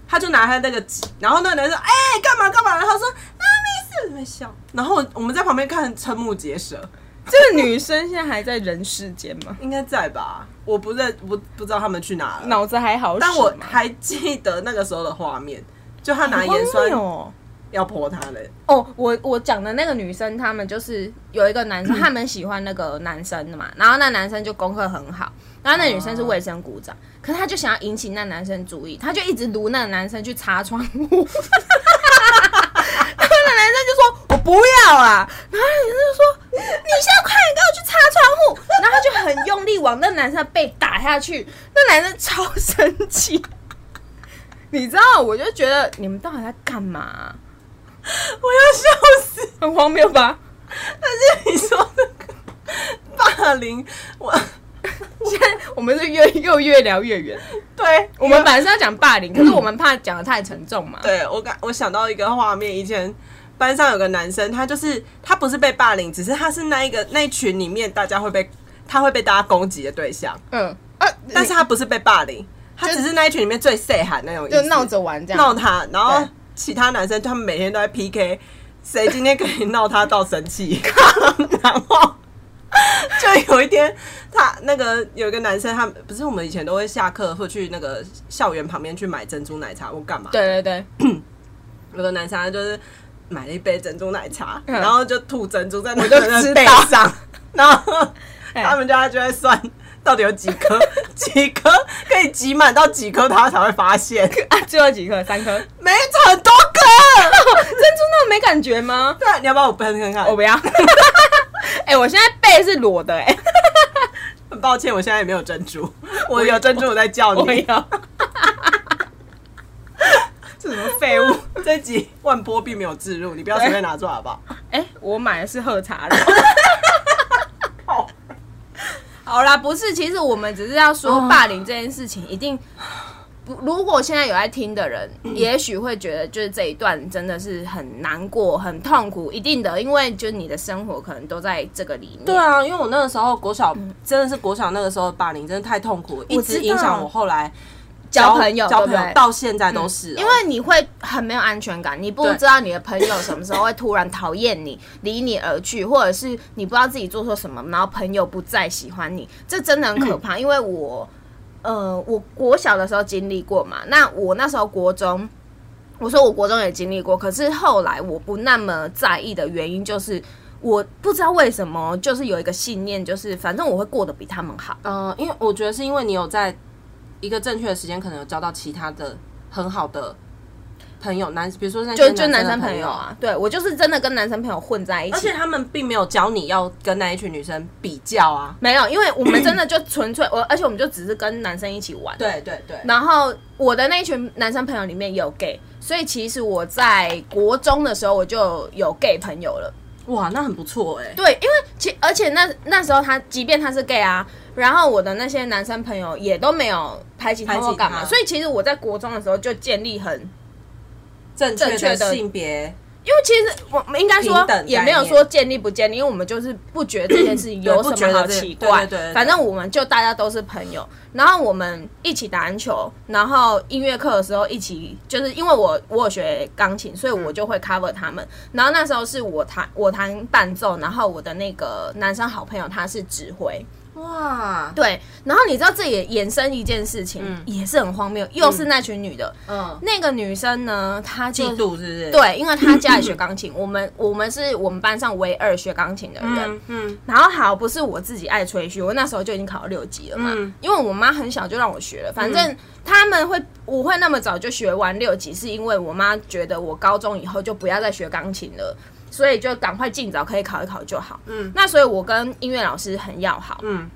S2: 他就拿他那个纸，然后那个男生哎干嘛干嘛，然后他说啊没事，在笑，然后我们在旁边看瞠目结舌，
S1: 这个女生现在还在人世间吗？
S2: 应该在吧？我不认不不知道他们去哪了，
S1: 脑子还好使吗，
S2: 但我还记得那个时候的画面，就他拿
S1: 好荒
S2: 盐酸
S1: 谬哦。
S2: 要泼他的，
S1: 哦，我我讲的那个女生，她们就是有一个男生，他们喜欢那个男生的嘛，然后那男生就功课很好，然后那女生是卫生股长，可是她就想要引起那男生注意，她就一直撸那个男生去擦窗户， 然后那男生就说：“我不要啊！”然后那女生就说：“你现在快点给我去擦窗户！”然后她就很用力往那男生的背打下去，那男生超生气， 你知道，我就觉得你们到底在干嘛啊、
S2: 我要笑死。
S1: 很荒谬吧？
S2: 但是你说那个霸凌，我
S1: 现在我们是越又越聊越 远。
S2: 对
S1: 我们本来是要讲霸凌，可是我们怕讲的太沉重嘛。
S2: 对我感我想到一个画面，以前班上有个男生，他就是他不是被霸凌，只是他是那一个那一群里面大家会被他会被大家攻击的对象，
S1: 嗯，啊，
S2: 但是他不是被霸凌，他
S1: 就
S2: 只是那一群里面最 say 喊那种意思，
S1: 就闹着玩这样。
S2: 闹他，然后
S1: 对
S2: 其他男生他们每天都在 PK，谁今天可以闹他到生气， 然后。就有一天，他那个有一个男生，他不是我们以前都会下课会去那个校园旁边去买珍珠奶茶或干嘛？
S1: 对对对，
S2: 有个男生他就是买了一杯珍珠奶茶，
S1: 嗯
S2: 然后就吐珍珠在 那
S1: 我就
S2: 个人
S1: 知
S2: 背
S1: 道
S2: 上，然后
S1: 哎
S2: 他们家就在算到底有几颗，几颗可以挤满到几颗，他才会发 现，
S1: 啊，最后几颗，三 颗。珍
S2: 没很多颗。
S1: 珠那没感觉吗？
S2: 对，啊你要不要我喷看 看？
S1: 我不要。 哎，我现在背是裸的，哎，
S2: 很抱歉，我现在也没有珍珠，我有珍珠我在叫
S1: 我
S2: 你。
S1: 要。这什么废物？
S2: 这集万波并没有置入，你不要随便拿出来好不好？
S1: 哎，我买的是喝茶的。
S2: 好
S1: 好啦，不是，其实我们只是要说
S2: 哦
S1: 霸凌这件事情，一定不。如果现在有在听的人，
S2: 嗯
S1: 也许会觉得就是这一段真的是很难过、很痛苦，一定的，因为就是你的生活可能都在这个里面。
S2: 对啊，因为我那个时候国小真的是国小那个时候的霸凌真的太痛苦了，一直影响我后来
S1: 交朋友，对
S2: 交朋
S1: 不
S2: 友
S1: 对？
S2: 到现在都是哦、
S1: 因为你会很没有安全感，你不
S2: 对
S1: 知道你的朋友什么时候会突然讨厌你，离你而去，或者是你不知道自己做错什么，然后朋友不再喜欢你，这真的很可
S2: 嗯
S1: 怕。因为我，呃，我国小的时候经历过嘛，那我那时候国中。我说我国中也经历过，可是后来我不那么在意的原因就是，我不知道为什么，就是有一个信念，就是反正我会过得比他们好。
S2: 嗯，因为我觉得是因为你有在一个正确的时间，可能有交到其他的很好的朋友，男比如说那些
S1: 就就男
S2: 生
S1: 生
S2: 的
S1: 朋友
S2: 友，
S1: 啊，对我就是真的跟男生朋友混在一起，
S2: 而且他们并没有教你要跟那一群女生比较啊。
S1: 没有，因为我们真的就纯粹我，而且我们就只是跟男生一起玩。
S2: 对对对，
S1: 然后我的那一群男生朋友里面有 gay，所以其实我在国中的时候我就有 gay 朋友了。
S2: 哇，那很不错哎、
S1: 对，因为其而且那那时候他，即便他是 gay 啊，然后我的那些男生朋友也都没有排挤他
S2: 排挤
S1: 或干嘛，
S2: 他
S1: 所以其实我在国中的时候就建立很，
S2: 正
S1: 正确
S2: 确
S1: 的
S2: 的性别
S1: 因为其实我们应该说
S2: 平等概念嗯
S1: 也没有说建立不建立，因为我们就是不觉得这件事情有
S2: 对不
S1: 什
S2: 觉
S1: 么
S2: 得
S1: 好
S2: 这
S1: 奇怪，
S2: 对对对对
S1: 反正我们就大家都是朋友，然后我们一起打篮球，然后音乐课的时候一起，就是因为我我有学钢琴，所以我
S2: 嗯
S1: 就会 cover 他们。然后那时候是我弹我弹伴奏，然后我的那个男生好朋友他是指挥，
S2: 哇，
S1: 对。然后你知道这也衍生一件事情，也是很荒谬，又是那群女的，
S2: 嗯，
S1: 那个女生呢，她就
S2: 嫉妒是不是？，
S1: 对，因为他家里 学钢琴，我们我们是我们班上唯二学钢琴的人。
S2: 嗯嗯，
S1: 然后好，不是我自己爱吹嘘，我那时候就已经考到六级了嘛，
S2: 嗯
S1: 因为我妈很小就让我学了。反正他们会，我会那么早就学完六级，是因为我妈觉得我高中以后就不要再学钢琴了，所以就赶快尽早可以考一考就好。嗯，那所以我跟音乐老师很要好。
S2: 嗯，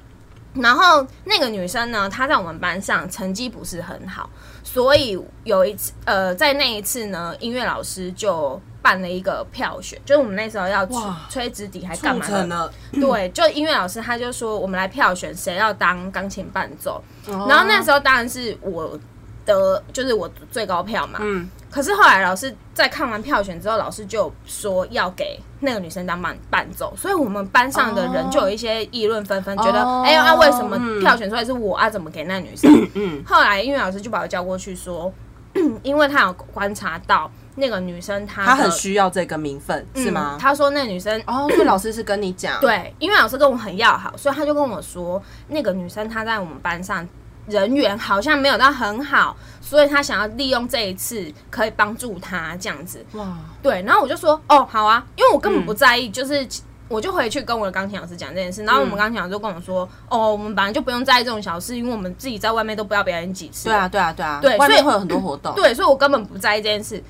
S1: 然后那个女生呢，她在我们班上成绩不是很好，所以有一次，呃，在那一次呢，音乐老师就办了一个票选，就是我们那时候要吹
S2: 哇
S1: 吹直笛还干
S2: 促
S1: 嘛
S2: 成啊
S1: 的，
S2: 了。
S1: 对，就音乐老师他就说我们来票选谁要当钢琴伴奏，
S2: 然
S1: 然后那时候当然是我得就是我最高票嘛。
S2: 嗯，
S1: 可是后来老师在看完票选之后，老师就说要给那个女生当伴伴奏，所以我们班上的人
S2: 哦
S1: 就有一些议论纷纷，觉得
S2: 哦
S1: 哎呀、啊为什么
S2: 嗯
S1: 票选出来是我啊？怎么给那女生？
S2: 嗯
S1: 后来英语老师就把我叫过去说， 因为他有观察到那个女生她的
S2: 他很需要这个名分，是吗
S1: 嗯嗯？他说那女生
S2: 哦，所以老师是跟你讲，，
S1: 对，因为老师跟我很要好，所以他就跟我说，那个女生她在我们班上人缘好像没有到很好，所以她想要利用这一次可以帮助她这样子。
S2: 哇，
S1: 对，然后我就说，哦，好啊，因为我根本
S2: 嗯
S1: 不在意，就是。我就回去跟我的钢琴老师讲这件事，然后我们
S2: 嗯
S1: 钢琴老师就跟我说：“哦，我们本来就不用在意这种小事，因为我们自己在外面都不要表演几次。”
S2: 对啊，对啊，对啊，
S1: 对
S2: 外面
S1: 所以
S2: 会有很多活动，
S1: 对，所以我根本不在意这件事。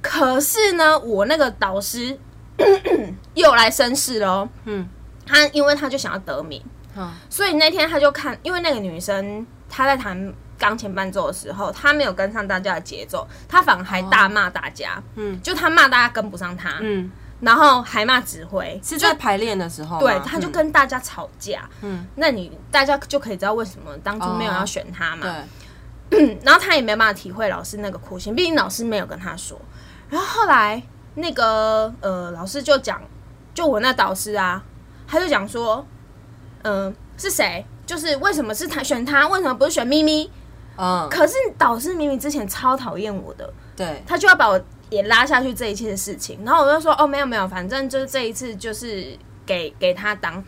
S1: 可是呢，我那个导师 又来生事了哦。
S2: 嗯
S1: 他因为他就想要得名，
S2: 嗯
S1: 所以那天他就看，因为那个女生她在弹钢琴伴奏的时候，她没有跟上大家的节奏，她反而还大骂大家，
S2: 嗯
S1: 就她骂大家跟不上她，
S2: 哦嗯，
S1: 然后还骂指挥，
S2: 是在排练的时候吗，
S1: 对，她就
S2: 嗯
S1: 跟大家吵架。
S2: 嗯
S1: 那你大家就可以知道为什么当初没有
S2: 哦
S1: 要选她嘛。嗯
S2: 对，
S1: 然后他也没办法体会老师那个苦心，毕竟老师没有跟他说。然后后来那个呃老师就讲，就我那导师啊，他就讲说，嗯、是谁？就是为什么是他选他？为什么不是选咪咪？
S2: 嗯
S1: 可是导师明明之前超讨厌我的，
S2: 对，
S1: 他就要把我也拉下去这一切的事情。然后我就说哦，没有没有，反正就是这一次就是给给他当。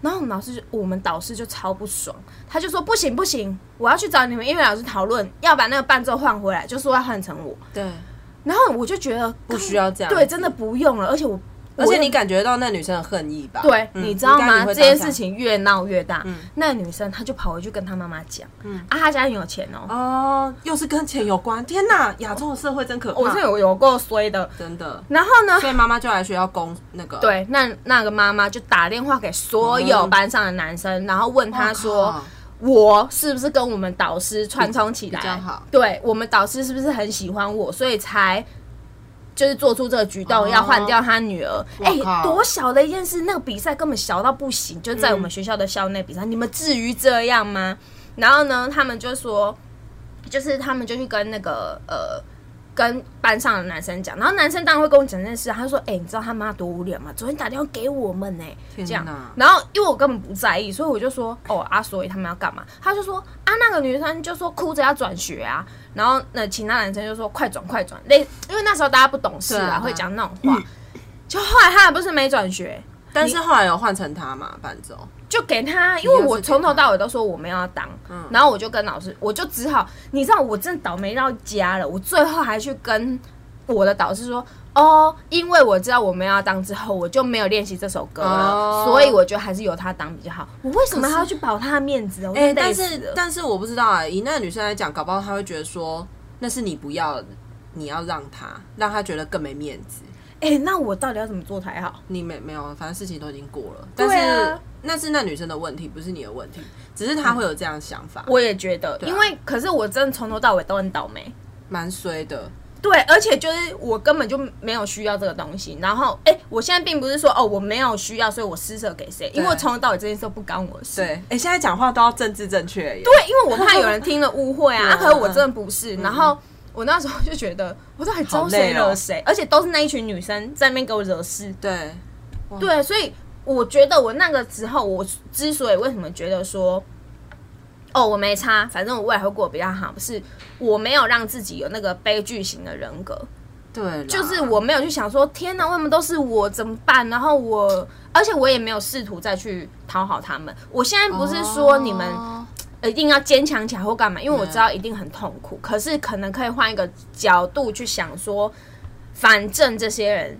S1: 然后我们老师就，我们导师就超不爽，他就说不行不行，我要去找你们音乐老师讨论，要把那个伴奏换回来，就说要换成我。
S2: 对，
S1: 然后我就觉得
S2: 不需要这样
S1: 对，真的不用了。而且我，
S2: 而且
S1: 我
S2: 你感觉到那女生的恨意吧？
S1: 对，
S2: 嗯
S1: 你知道
S2: 应该
S1: 吗？
S2: 你会
S1: 这
S2: 当下
S1: 件事情越闹越大，
S2: 嗯
S1: 那女生她就跑回去跟她妈妈讲，
S2: 嗯
S1: 啊，她家很有钱哦，
S2: 哦，又是跟钱有关。天哪，亚洲的社会真可怕，
S1: 我是有有够衰的。
S2: 真的。
S1: 然后呢，
S2: 所以妈妈就来学校攻那个，，
S1: 对，那那个妈妈就打电话给所有班上的男生，然后问他说：“我是不是跟我们导师串通起来？
S2: 比比较好
S1: 对我们导师是不是很喜欢我，所以才就是做出这个举动，
S2: 哦
S1: 要换掉他女儿？哎、
S2: 靠
S1: 多小的一件事！那个比赛根本小到不行，就在我们学校的校内比赛，你们至于这样吗？然后呢，他们就说，就是他们就去跟那个呃。跟班上的男生讲，然后男生当然会跟我讲这件事，他就说：“哎、你知道他妈多无聊吗？昨天打电话给我们呢、
S2: 天
S1: 这样
S2: 哪。
S1: 然后因为我根本不在意，所以我就说哦啊，所以他们要干嘛？他就说啊，那个女生就说哭着要转学啊，然后那其他男生就说快转快转，类因为那时候大家不懂事
S2: 对啊
S1: 啊，
S2: 对啊
S1: 会讲那种话。就后来他还不是没转学，
S2: 但是后来有换成她嘛伴奏，
S1: 就给他，因为
S2: 你要
S1: 我
S2: 是给
S1: 从头到尾都说我没有要当，
S2: 嗯
S1: 然后我就跟老师，我就只好，你知道我真的倒霉到家了，我最后还去跟我的导师说，哦，因为我知道我没有要当之后，我就没有练习这首歌了，
S2: 哦
S1: 所以我觉得还是由他当比较好。我为什么还要去保他的面子？我真的累
S2: 哎、但
S1: 死
S2: 是
S1: 了
S2: 但是我不知道啊、以那个女生来讲，搞不好她会觉得说那是你不要，你要让她，让她觉得更没面子。
S1: 哎、那我到底要怎么做才好？
S2: 你没没有，反正事情都已经过了，
S1: 对
S2: 但
S1: 啊
S2: 是、那是那女生的问题，不是你的问题，只是她会有这样想法，
S1: 我也觉得，
S2: 啊
S1: 因为可是我真的从头到尾都很倒霉。
S2: 蛮衰的。
S1: 对，而且就是我根本就没有需要这个东西。然后，哎、我现在并不是说哦我没有需要，所以我施舍给谁，因为
S2: 对
S1: 我从头到尾这件事都不干我的事。
S2: 对，哎、现在讲话都要政治正确耶。
S1: 对，因为我怕有人听了误会啊，
S2: 有
S1: 啊可是我真的不是。然后我那时候就觉得，我到底招谁惹谁？而且都是那一群女生在那边给我惹事。
S2: 对，
S1: 对，所以我觉得我那个时候，我之所以为什么觉得说，哦，我没差，反正我未来会过得比较好，是我没有让自己有那个悲剧型的人格。
S2: 对啦，
S1: 就是我没有去想说，天哪，为什么都是我怎么办？然后我，而且我也没有试图再去讨好他们。我现在不是说你们
S2: 哦
S1: 呃一定要坚强起来或干嘛，因为我
S2: 嗯
S1: 知道一定很痛苦，可是可能可以换一个角度去想说，反正这些人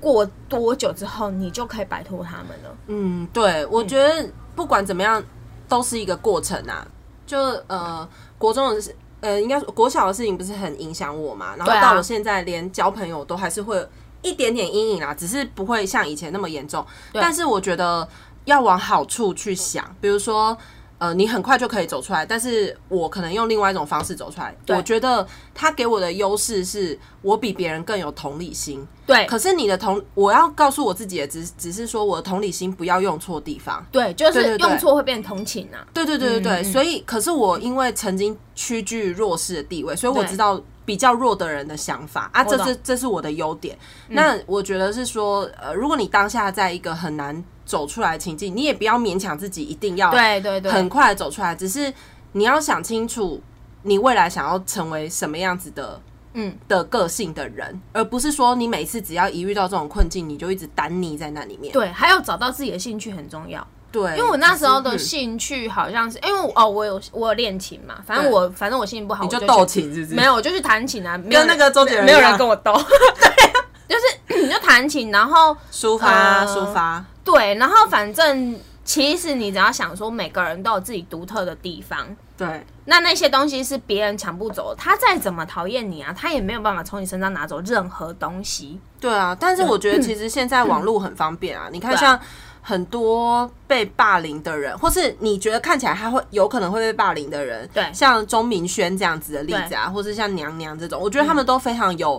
S1: 过多久之后，你就可以摆脱他们了。
S2: 嗯，对，我觉得不管怎么样，都是一个过程啊。就呃，国中的事，呃，应该说国小的事情不是很影响我嘛，然后
S1: 对啊
S2: 到我现在连交朋友都还是会有一点点阴影啦，啊只是不会像以前那么严重。但是我觉得要往好处去想，比如说。呃，你很快就可以走出来，但是我可能用另外一种方式走出来。
S1: 对
S2: 我觉得他给我的优势是我比别人更有同理心。
S1: 对
S2: 可是你的同，我要告诉我自己的只只是说我的同理心不要用错地方。
S1: 对，就
S2: 对
S1: 是
S2: 对对
S1: 用错会变同情啊。
S2: 对对对对对，
S1: 嗯嗯
S2: 所以可是我因为曾经屈居弱势的地位，所以我
S1: 对
S2: 知道比较弱的人的想法啊，
S1: 我
S2: 这
S1: 懂嗯
S2: 是这是我的优点。那我觉得是说，呃，如果你当下在一个很难走出来的情境，你也不要勉强自己一定要
S1: 对对对，
S2: 很快地走出来，只是你要想清楚你未来想要成为什么样子的。
S1: 嗯，
S2: 的个性的人，而不是说你每次只要一遇到这种困境，你就一直单溺在那里面。
S1: 对，还有找到自己的兴趣很重要。
S2: 对，
S1: 因为我那时候的
S2: 嗯
S1: 兴趣好像是因为我哦，我有我有练琴嘛，反正
S2: 对
S1: 我反正我心情不好，
S2: 你
S1: 我
S2: 就
S1: 去
S2: 斗琴是不是？
S1: 没有，我就去弹琴啊，没有人
S2: 那个周杰伦
S1: 没有
S2: 一
S1: 人
S2: 样
S1: 跟我斗， 对，啊就是 你就弹琴，然后
S2: 啊抒发
S1: 呃
S2: 抒发，
S1: 对，然后反正其实你只要想说，每个人都有自己独特的地方，
S2: 对
S1: 那那些东西是别人抢不走的，他再怎么讨厌你啊，他也没有办法从你身上拿走任何东西。
S2: 对啊。但是我觉得其实现在网络很方便啊，你看
S1: 对啊
S2: 像很多被霸凌的人，或是你觉得看起来他会有可能会被霸凌的人，
S1: 对
S2: 像钟明轩这样子的例子啊，或是像娘娘这种，我觉得他们都非常有，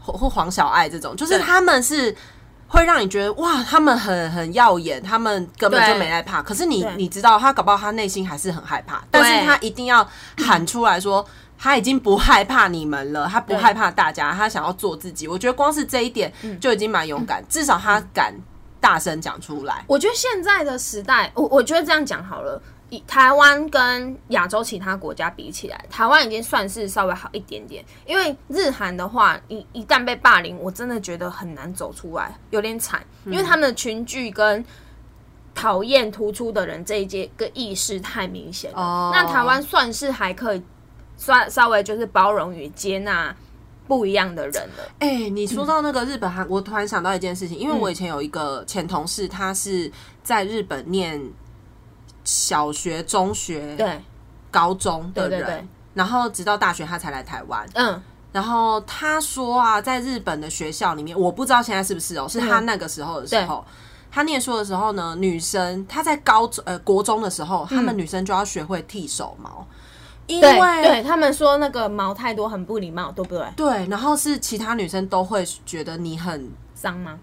S2: 或或黄小爱这种，就
S1: 对
S2: 是他们是。会让你觉得哇，他们很很耀眼，他们根本就
S1: 对
S2: 没害怕。可是你
S1: 对
S2: 你知道，他搞不好他内心还是很害怕，但是他一定要喊出来说，他已经不害怕你们了，他不
S1: 对
S2: 害怕大家，他想要做自己。我觉得光是这一点
S1: 嗯
S2: 就已经蛮勇敢，至少他敢大声讲出来。
S1: 我觉得现在的时代，我我觉得这样讲好了。以台湾跟亚洲其他国家比起来，台湾已经算是稍微好一点点。因为日韩的话，一一旦被霸凌，我真的觉得很难走出来，有点惨。因为他们的群聚跟讨厌突出的人这一阶个意识太明显了。
S2: 哦
S1: 那台湾算是还可以，算稍微就是包容与接纳不一样的人了。
S2: 哎、你说到那个日本韩，我突然想到一件事情，因为我以前有一个前同事，他是在日本念小学、中学、
S1: 对，
S2: 高中的
S1: 对
S2: 人，
S1: 对对
S2: 然后直到大学他才来台湾。
S1: 嗯，
S2: 然后他说啊，在日本的学校里面，我不知道现在是不是
S1: 嗯
S2: 哦，是他那个时候的时候，他念书的时候呢，女生她在高中呃国中的时候，她们女生就要学会剃手毛，因
S1: 嗯对，
S2: 为
S1: 对他们说那个毛太多很不礼貌，对不对？
S2: 对，然后是其他女生都会觉得你很
S1: 脏吗？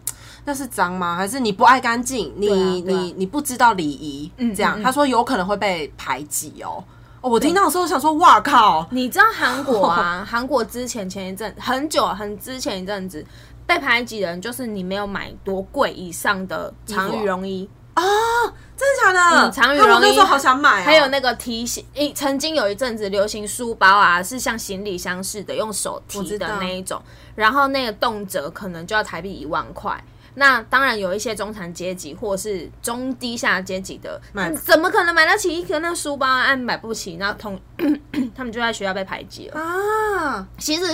S2: 那是脏吗？还是你不爱干净？你、
S1: 对啊对啊
S2: 你你不知道礼仪？
S1: 嗯
S2: 这样、
S1: 嗯嗯
S2: 他说有可能会被排挤哦。哦，我听到的时候想说，哇靠！
S1: 你知道韩国啊？韩国之前前一阵很久很之前一阵子被排挤的人，就是你没有买多贵以上的长羽绒衣，
S2: 真的假的？
S1: 嗯长羽
S2: 他
S1: 绒
S2: 们那
S1: 衣
S2: 时候好想买哦、
S1: 还有那个提行。一曾经有一阵子流行书包啊，是像行李箱似的，用手提的那一种，然后那个动辄可能就要台币一万块。那当然有一些中产阶级或是中低下阶级的，
S2: 买
S1: 嗯怎么可能买得起一个那书包啊？按买不起，那同 他们就在学校被排挤了。
S2: 啊，
S1: 其实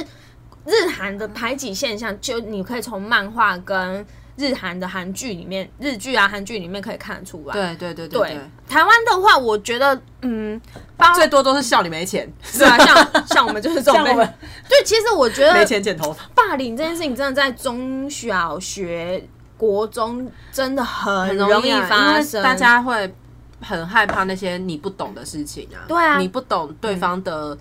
S1: 日韩的排挤现象，就你可以从漫画跟日韩的韩剧里面、日剧啊、韩剧里面可以看得出来。
S2: 对对对对
S1: 对台湾的话，我觉得，嗯，包
S2: 最多都是笑你没钱，
S1: 对啊， 像像我们就是这种
S2: 像我
S1: 类
S2: 们。
S1: 对，其实我觉
S2: 没
S1: 得嗯
S2: 钱剪头发。
S1: 霸凌这件事情，真的在中小学、国中真的很易
S2: 啊因
S1: 发
S2: 为
S1: 生。
S2: 大家会很害怕那些你不懂的事情啊。
S1: 对啊嗯
S2: 你不懂对方的，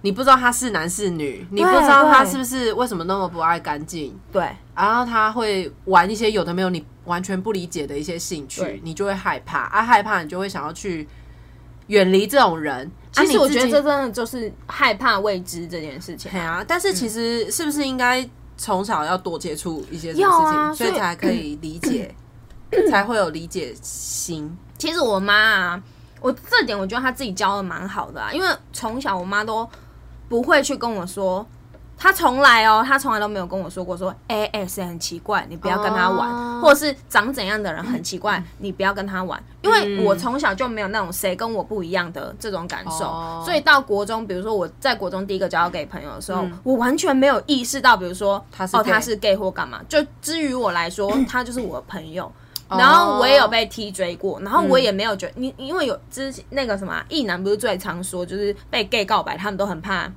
S2: 你不知道他是男是女，你不
S1: 对
S2: 知道他
S1: 对
S2: 是不是为什么那么不爱干净，
S1: 对
S2: 然后他会玩一些有的没有你完全不理解的一些兴
S1: 对
S2: 趣，你就会害怕啊，害怕你就会想要去远离这种人。啊
S1: 其实我
S2: 你
S1: 觉得
S2: 自己
S1: 这真的就是害怕未知这件事情
S2: 对。啊，但是
S1: 嗯
S2: 其实是不是应该从小要多接触一些什
S1: 要
S2: 么事情，
S1: 啊
S2: 所
S1: 所以
S2: 才可以理 解，才会有理解心。
S1: 其实我妈啊，我这点我觉得她自己教的蛮好的啊，因为从小我妈都不会去跟我说，她从来哦，她从来都没有跟我说过说 A S 很奇怪，你不要跟她玩，
S2: 嗯哦
S1: 或者是长怎样的人很奇怪，你不要跟他玩，
S2: 嗯
S1: 因为我从小就没有那种谁跟我不一样的这种感受，
S2: 哦
S1: 所以到国中，比如说我在国中第一个交给朋友的时候，我完全没有意识到，比如说
S2: 嗯他是
S1: 哦
S2: gay
S1: 他是 gay 或干嘛，就至于我来 说，他就是我的朋友。然后我也
S2: 哦
S1: 有被踢追过，然后我也没有
S2: 嗯
S1: 觉得你，因为有之前那个什么啊异男不是最常说就是被 gay 告白，他们都很怕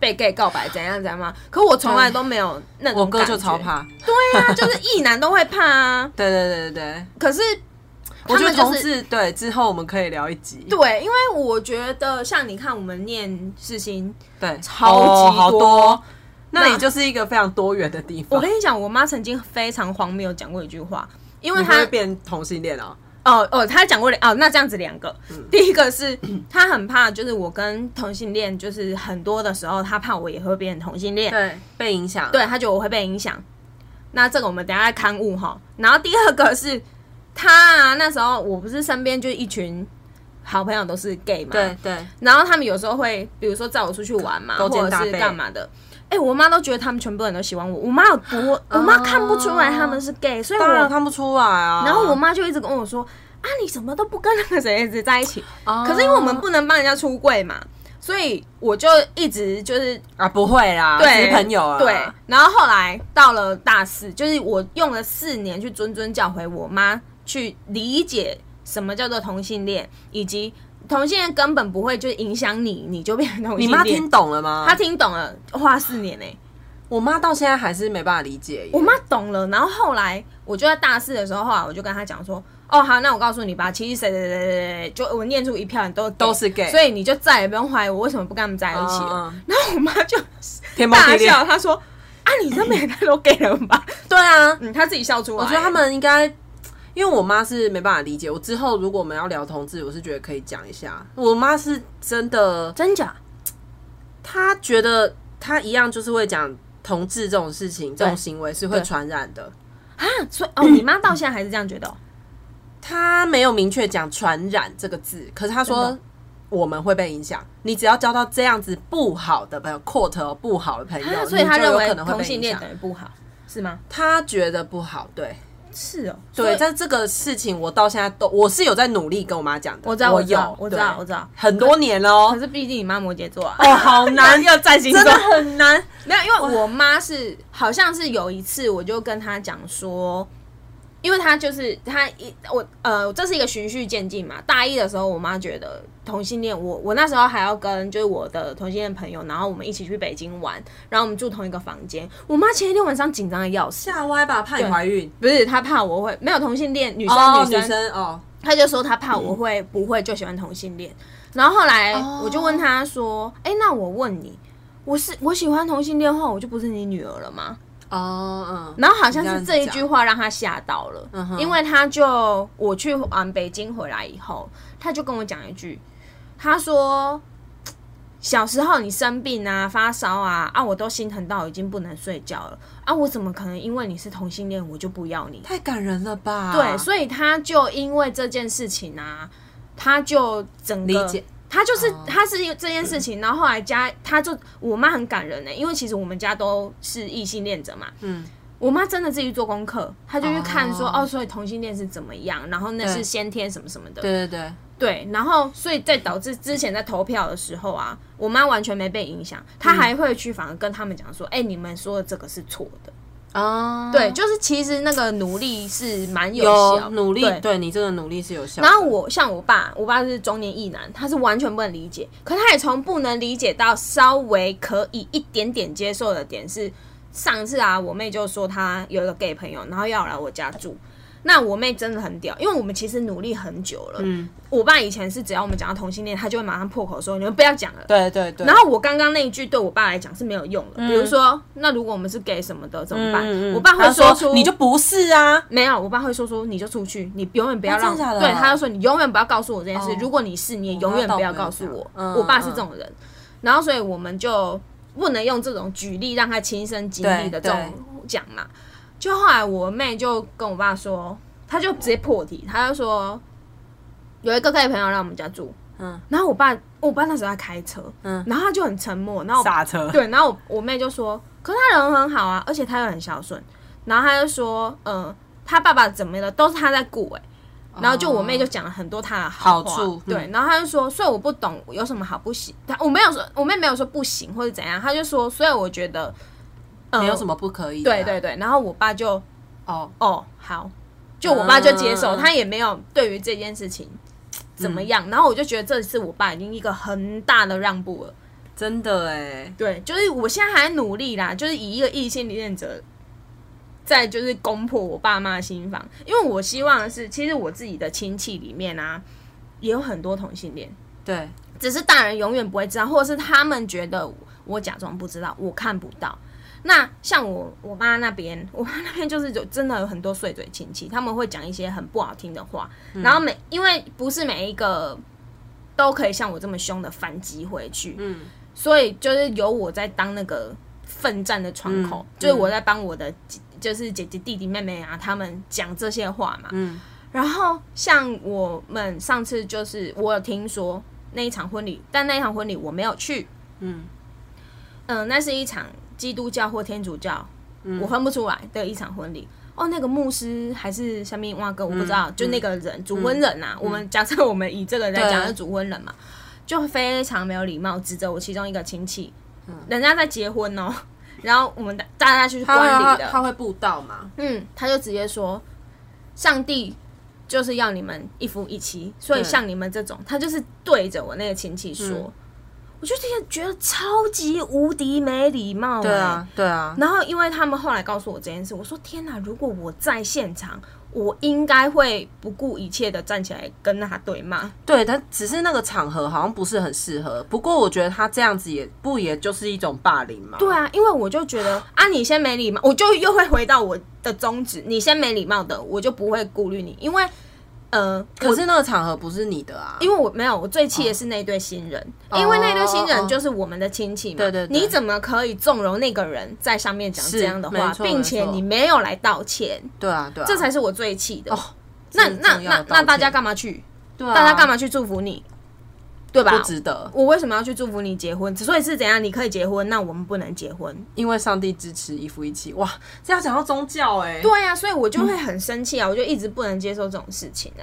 S1: 被 gay 告白怎样怎样吗？可我从来都没有那种
S2: 我哥就
S1: 感觉
S2: 超，怕，
S1: 对啊，就是异男都会怕啊。
S2: 对对对对对，
S1: 可是
S2: 我觉得
S1: 他们
S2: 同
S1: 就是
S2: 志对之后我们可以聊一集，
S1: 对，因为我觉得像你看，我们念世新，
S2: 对，
S1: 超
S2: 哦
S1: 级
S2: 好
S1: 多
S2: 多，那
S1: 那
S2: 里就是一个非常多元的地
S1: 我
S2: 方。
S1: 跟你讲，我妈曾经非常荒谬讲过一句话，因为
S2: 你
S1: 她
S2: 会变同性恋哦，
S1: 哦哦，她讲过两哦，那这样子两个，
S2: 嗯
S1: 第一个是 她很怕，就是我跟同性恋，就是很多的时候，她怕我也会变成同性恋，
S2: 对，被影响，
S1: 对，她觉得我会被影响。那这个我们等一下再刊物哈。然后第二个是她啊，那时候我不是身边就一群好朋友都是 gay 嘛，
S2: 对对，
S1: 然后他们有时候会，比如说载我出去玩嘛，
S2: 勾
S1: 或
S2: 肩
S1: 者
S2: 搭
S1: 是
S2: 背
S1: 干嘛的。哎、我妈都觉得他们全部人都喜欢我，我妈有 多，我妈看不出来他们是 gay，、所以我，
S2: 当然看不出来啊。
S1: 然后我妈就一直跟我说啊，你怎么都不跟那个谁谁谁在一起？
S2: 哦，
S1: 可是因为我们不能帮人家出柜嘛，所以我就一直就是
S2: 啊不会啦，只
S1: 对
S2: 是朋友啊，
S1: 对，然后后来到了大四，就是我用了四年去谆谆教诲我妈去理解什么叫做同性恋，以及同性恋根本不会就是影响你，你就变成同
S2: 你
S1: 性
S2: 妈
S1: 恋
S2: 听。懂了吗？
S1: 她听懂了，花四年欸呢、
S2: 我妈到现在还是没办法理解耶。
S1: 我妈懂了，然后后来我就在大四的时候，后来我就跟她讲说，哦好，那我告诉你吧，其实谁谁谁谁谁，就我念出一票人都
S2: 都是 gay
S1: 所以你就再也不用怀疑我为什么不跟他们在一起了。
S2: 嗯
S1: 然后我妈就
S2: 天崩
S1: 大
S2: 地裂，
S1: 笑，她说。啊，你这边也太多 gay 了吧？
S2: 对啊，
S1: 嗯，她自己笑出来。
S2: 我觉得他们应该，因为我妈是没办法理解。我之后如果我们要聊同志，我是觉得可以讲一下。我妈是真的，
S1: 真假，
S2: 她觉得她一样就是会讲同志这种事情，这种
S1: 对
S2: 行为是会
S1: 对
S2: 传染的。
S1: 啊所以哦，你妈到现在还是这样觉得、哦。
S2: 她没有明确讲“传染”这个字，可是她
S1: 真
S2: 说
S1: 的。
S2: 我们会被影响，你只要交到这样子不好的朋友，quote 哦不好的朋友，
S1: 啊，所以她
S2: 你就
S1: 认
S2: 有
S1: 为
S2: 可能会
S1: 同
S2: 被
S1: 性
S2: 影
S1: 恋
S2: 响。
S1: 等于不好，是吗？
S2: 她觉得不好，对，
S1: 是哦，所
S2: 对，
S1: 以
S2: 但这个事情我到现在都我是有在努力跟我妈讲的，
S1: 我知道，
S2: 我
S1: 我知道
S2: 有，，
S1: 我知道，
S2: 对
S1: 我知道。
S2: 很多年喽
S1: 可，是毕竟你妈摩羯座啊，
S2: 哦，好难，
S1: 要占星
S2: 真的很难。
S1: 没有，因为我妈是好像是有一次，我就跟她讲说，因为她就是她一我呃，这是一个循序渐进嘛。大一的时候，我妈觉得同性恋，我我那时候还要跟就是我的同性恋朋友，然后我们一起去北京玩，然后我们住同一个房间。我妈前一天晚上紧张的要死，
S2: 吓歪吧，怕你怀孕，
S1: 不是她怕我会没有同性恋女生、
S2: 哦，
S1: 女
S2: 女
S1: 生
S2: 生哦，
S1: 他就说他怕我会不会就喜欢同性恋，然后后来
S2: 嗯哦
S1: 我就问他说：“哎、那我问你，我是我喜欢同性恋的话，我就不是你女儿了吗
S2: 哦，？”嗯，
S1: 然后好像是这一句话让他吓到了，
S2: 嗯哼
S1: 因为他就我去嗯北京回来以后，他就跟我讲一句，他说。小时候你生病啊、发烧啊啊，我都心疼到已经不能睡觉了啊！我怎么可能因为你是同性恋我就不要你？
S2: 太感人了吧？
S1: 对，所以他就因为这件事情啊，他就整个
S2: 理解。
S1: 他就是、
S2: 哦
S1: 他是这件事情，然后后来家他就我妈很感人呢、欸因为其实我们家都是异性恋者嘛，
S2: 嗯，
S1: 我妈真的自己做功课，她就去看说
S2: 哦
S1: 哦所以同性恋是怎么样，然后那
S2: 对
S1: 是先天什么什么的，
S2: 对对对，
S1: 对，然后所以在导致之前在投票的时候啊，我妈完全没被影响，她还会去反而跟他们讲
S2: 嗯
S1: 说，哎、你们说的这个是错的，
S2: 哦，
S1: 对，就是其实那个努力是蛮有效
S2: 有
S1: 的，
S2: 努力
S1: 对，
S2: 对你这个努力是有效的。
S1: 然后我像我爸，我爸是中年异男，他是完全不能理解，可他也从不能理解到稍微可以一点点接受的点是，上次啊，我妹就说她有一个 gay 朋友，然后要来我家住。那我妹真的很屌，因为我们其实努力很久了。
S2: 嗯，
S1: 我爸以前是只要我们讲到同性恋，他就会马上破口说：“你们不要讲了。”
S2: 对对对，
S1: 然后我刚刚那一句对我爸来讲是没有用的，比如说，那如果我们是 gay 什么的怎么办？
S2: 嗯嗯嗯嗯
S1: 我爸会
S2: 他
S1: 说
S2: 说
S1: 出
S2: 你就不是啊，
S1: 没有，我爸会说说你就出去，你永远不要让，
S2: 哦真的假的
S1: 对，他就说你永远不要告诉我这件事。
S2: 哦
S1: 如果你是，你也永远不要告诉我
S2: 我。爸倒没有这样嗯
S1: 我爸是这种人，然后所以我们就不能用这种举例让他亲身经历的这
S2: 对
S1: 种讲嘛。就后来我妹就跟我爸说，他就直接破题，他就说有一个 gay 朋友来我们家住，
S2: 嗯
S1: 然后我爸我爸那时候在开车，
S2: 嗯，
S1: 然后他就很沉默，然后我
S2: 刹车，
S1: 对，然后我我妹就说，可是他人很好啊，而且他又很孝顺。然后他就说，嗯、他爸爸怎么了，都是他在顾哎、然后就我妹
S2: 哦
S1: 就讲了很多他的好话
S2: 好处
S1: 对，
S2: 嗯
S1: 然后他就说，所以我不懂有什么好不行，他我没有说，我妹没有说不行或者怎样，他就说，所以我觉得，嗯
S2: 没有什么不可以的啊，
S1: 对对对，然后我爸就
S2: 哦，
S1: 哦好，就我爸就接受，
S2: 嗯
S1: 他也没有对于这件事情怎么样，然后我就觉得这次我爸已经一个很大的让步了。
S2: 真的哎，
S1: 对，就是我现在还在努力啦，就是以一个异性恋者再就是攻破我爸妈心房，因为我希望的是，其实我自己的亲戚里面啊，也有很多同性恋，
S2: 对，
S1: 只是大人永远不会知道，或者是他们觉得我假装不知道，我看不到。那像我我妈那边，我妈那边就是有真的有很多碎嘴亲戚，他们会讲一些很不好听的话，然后每因为不是每一个都可以像我这么凶的反击回去，
S2: 嗯，
S1: 所以就是由我在当那个奋战的窗口，
S2: 嗯
S1: 就是我在帮我的姐就是姐姐、弟弟、妹妹啊，他们讲这些话嘛。
S2: 嗯，
S1: 然后像我们上次就是我有听说那一场婚礼，但那一场婚礼我没有去。
S2: 嗯
S1: 嗯、那是一场基督教或天主教，
S2: 嗯
S1: 我分不出来的一场婚礼。哦，那个牧师还是下面哇哥，我不知道，
S2: 嗯
S1: 就那个人、主婚人啊呐、我们假设我们以这个来讲
S2: 对
S1: 是主婚人嘛，就非常没有礼貌，指责我其中一个亲戚，
S2: 嗯
S1: 人家在结婚哦，然后我们大大家去
S2: 他会
S1: 观
S2: 他
S1: 礼
S2: 他
S1: 的，
S2: 会布道嘛？
S1: 嗯，他就直接说，上帝就是要你们一夫一妻，所以
S2: 对
S1: 像你们这种，他就是对着我那个亲戚说，
S2: 嗯
S1: 我就觉得觉得超级无敌没礼貌、欸
S2: 对啊，对啊，
S1: 然后因为他们后来告诉我这件事，我说天哪，如果我在现场，我应该会不顾一切的站起来跟他对骂。
S2: 对，但只是那个场合好像不是很适合。不过我觉得他这样子也不也就是一种霸凌嘛？
S1: 对啊，因为我就觉得 啊，你先没礼貌，我就又会回到我的宗旨，你先没礼貌的，我就不会顾虑你，因为呃，
S2: 可是那个场合不是你的啊，
S1: 因为我没有，我最气的是那对新人，
S2: 哦
S1: 因为那对新人就是我们的亲戚嘛。
S2: 对对对
S1: 你怎么可以纵容那个人在上面讲这样的
S2: 是
S1: 话
S2: 没，错
S1: 并且
S2: 没错
S1: 你没有来道歉，
S2: 对啊，对啊，
S1: 这才是我最气的。
S2: 哦
S1: 那
S2: 这是
S1: 那
S2: 重要的
S1: 那
S2: 道
S1: 那
S2: 歉
S1: 大家干嘛去？
S2: 对啊，
S1: 大家干
S2: 嘛
S1: 嘛去祝福你？对吧
S2: 不？值得？
S1: 我为什么要去祝福你结婚？所以是怎样？你可以结婚，那我们不能结婚？
S2: 因为上帝支持一夫一妻，哇，这要讲到宗教哎、
S1: 对啊呀、所以我就会很生气啊！我就一直不能接受这种事情啊。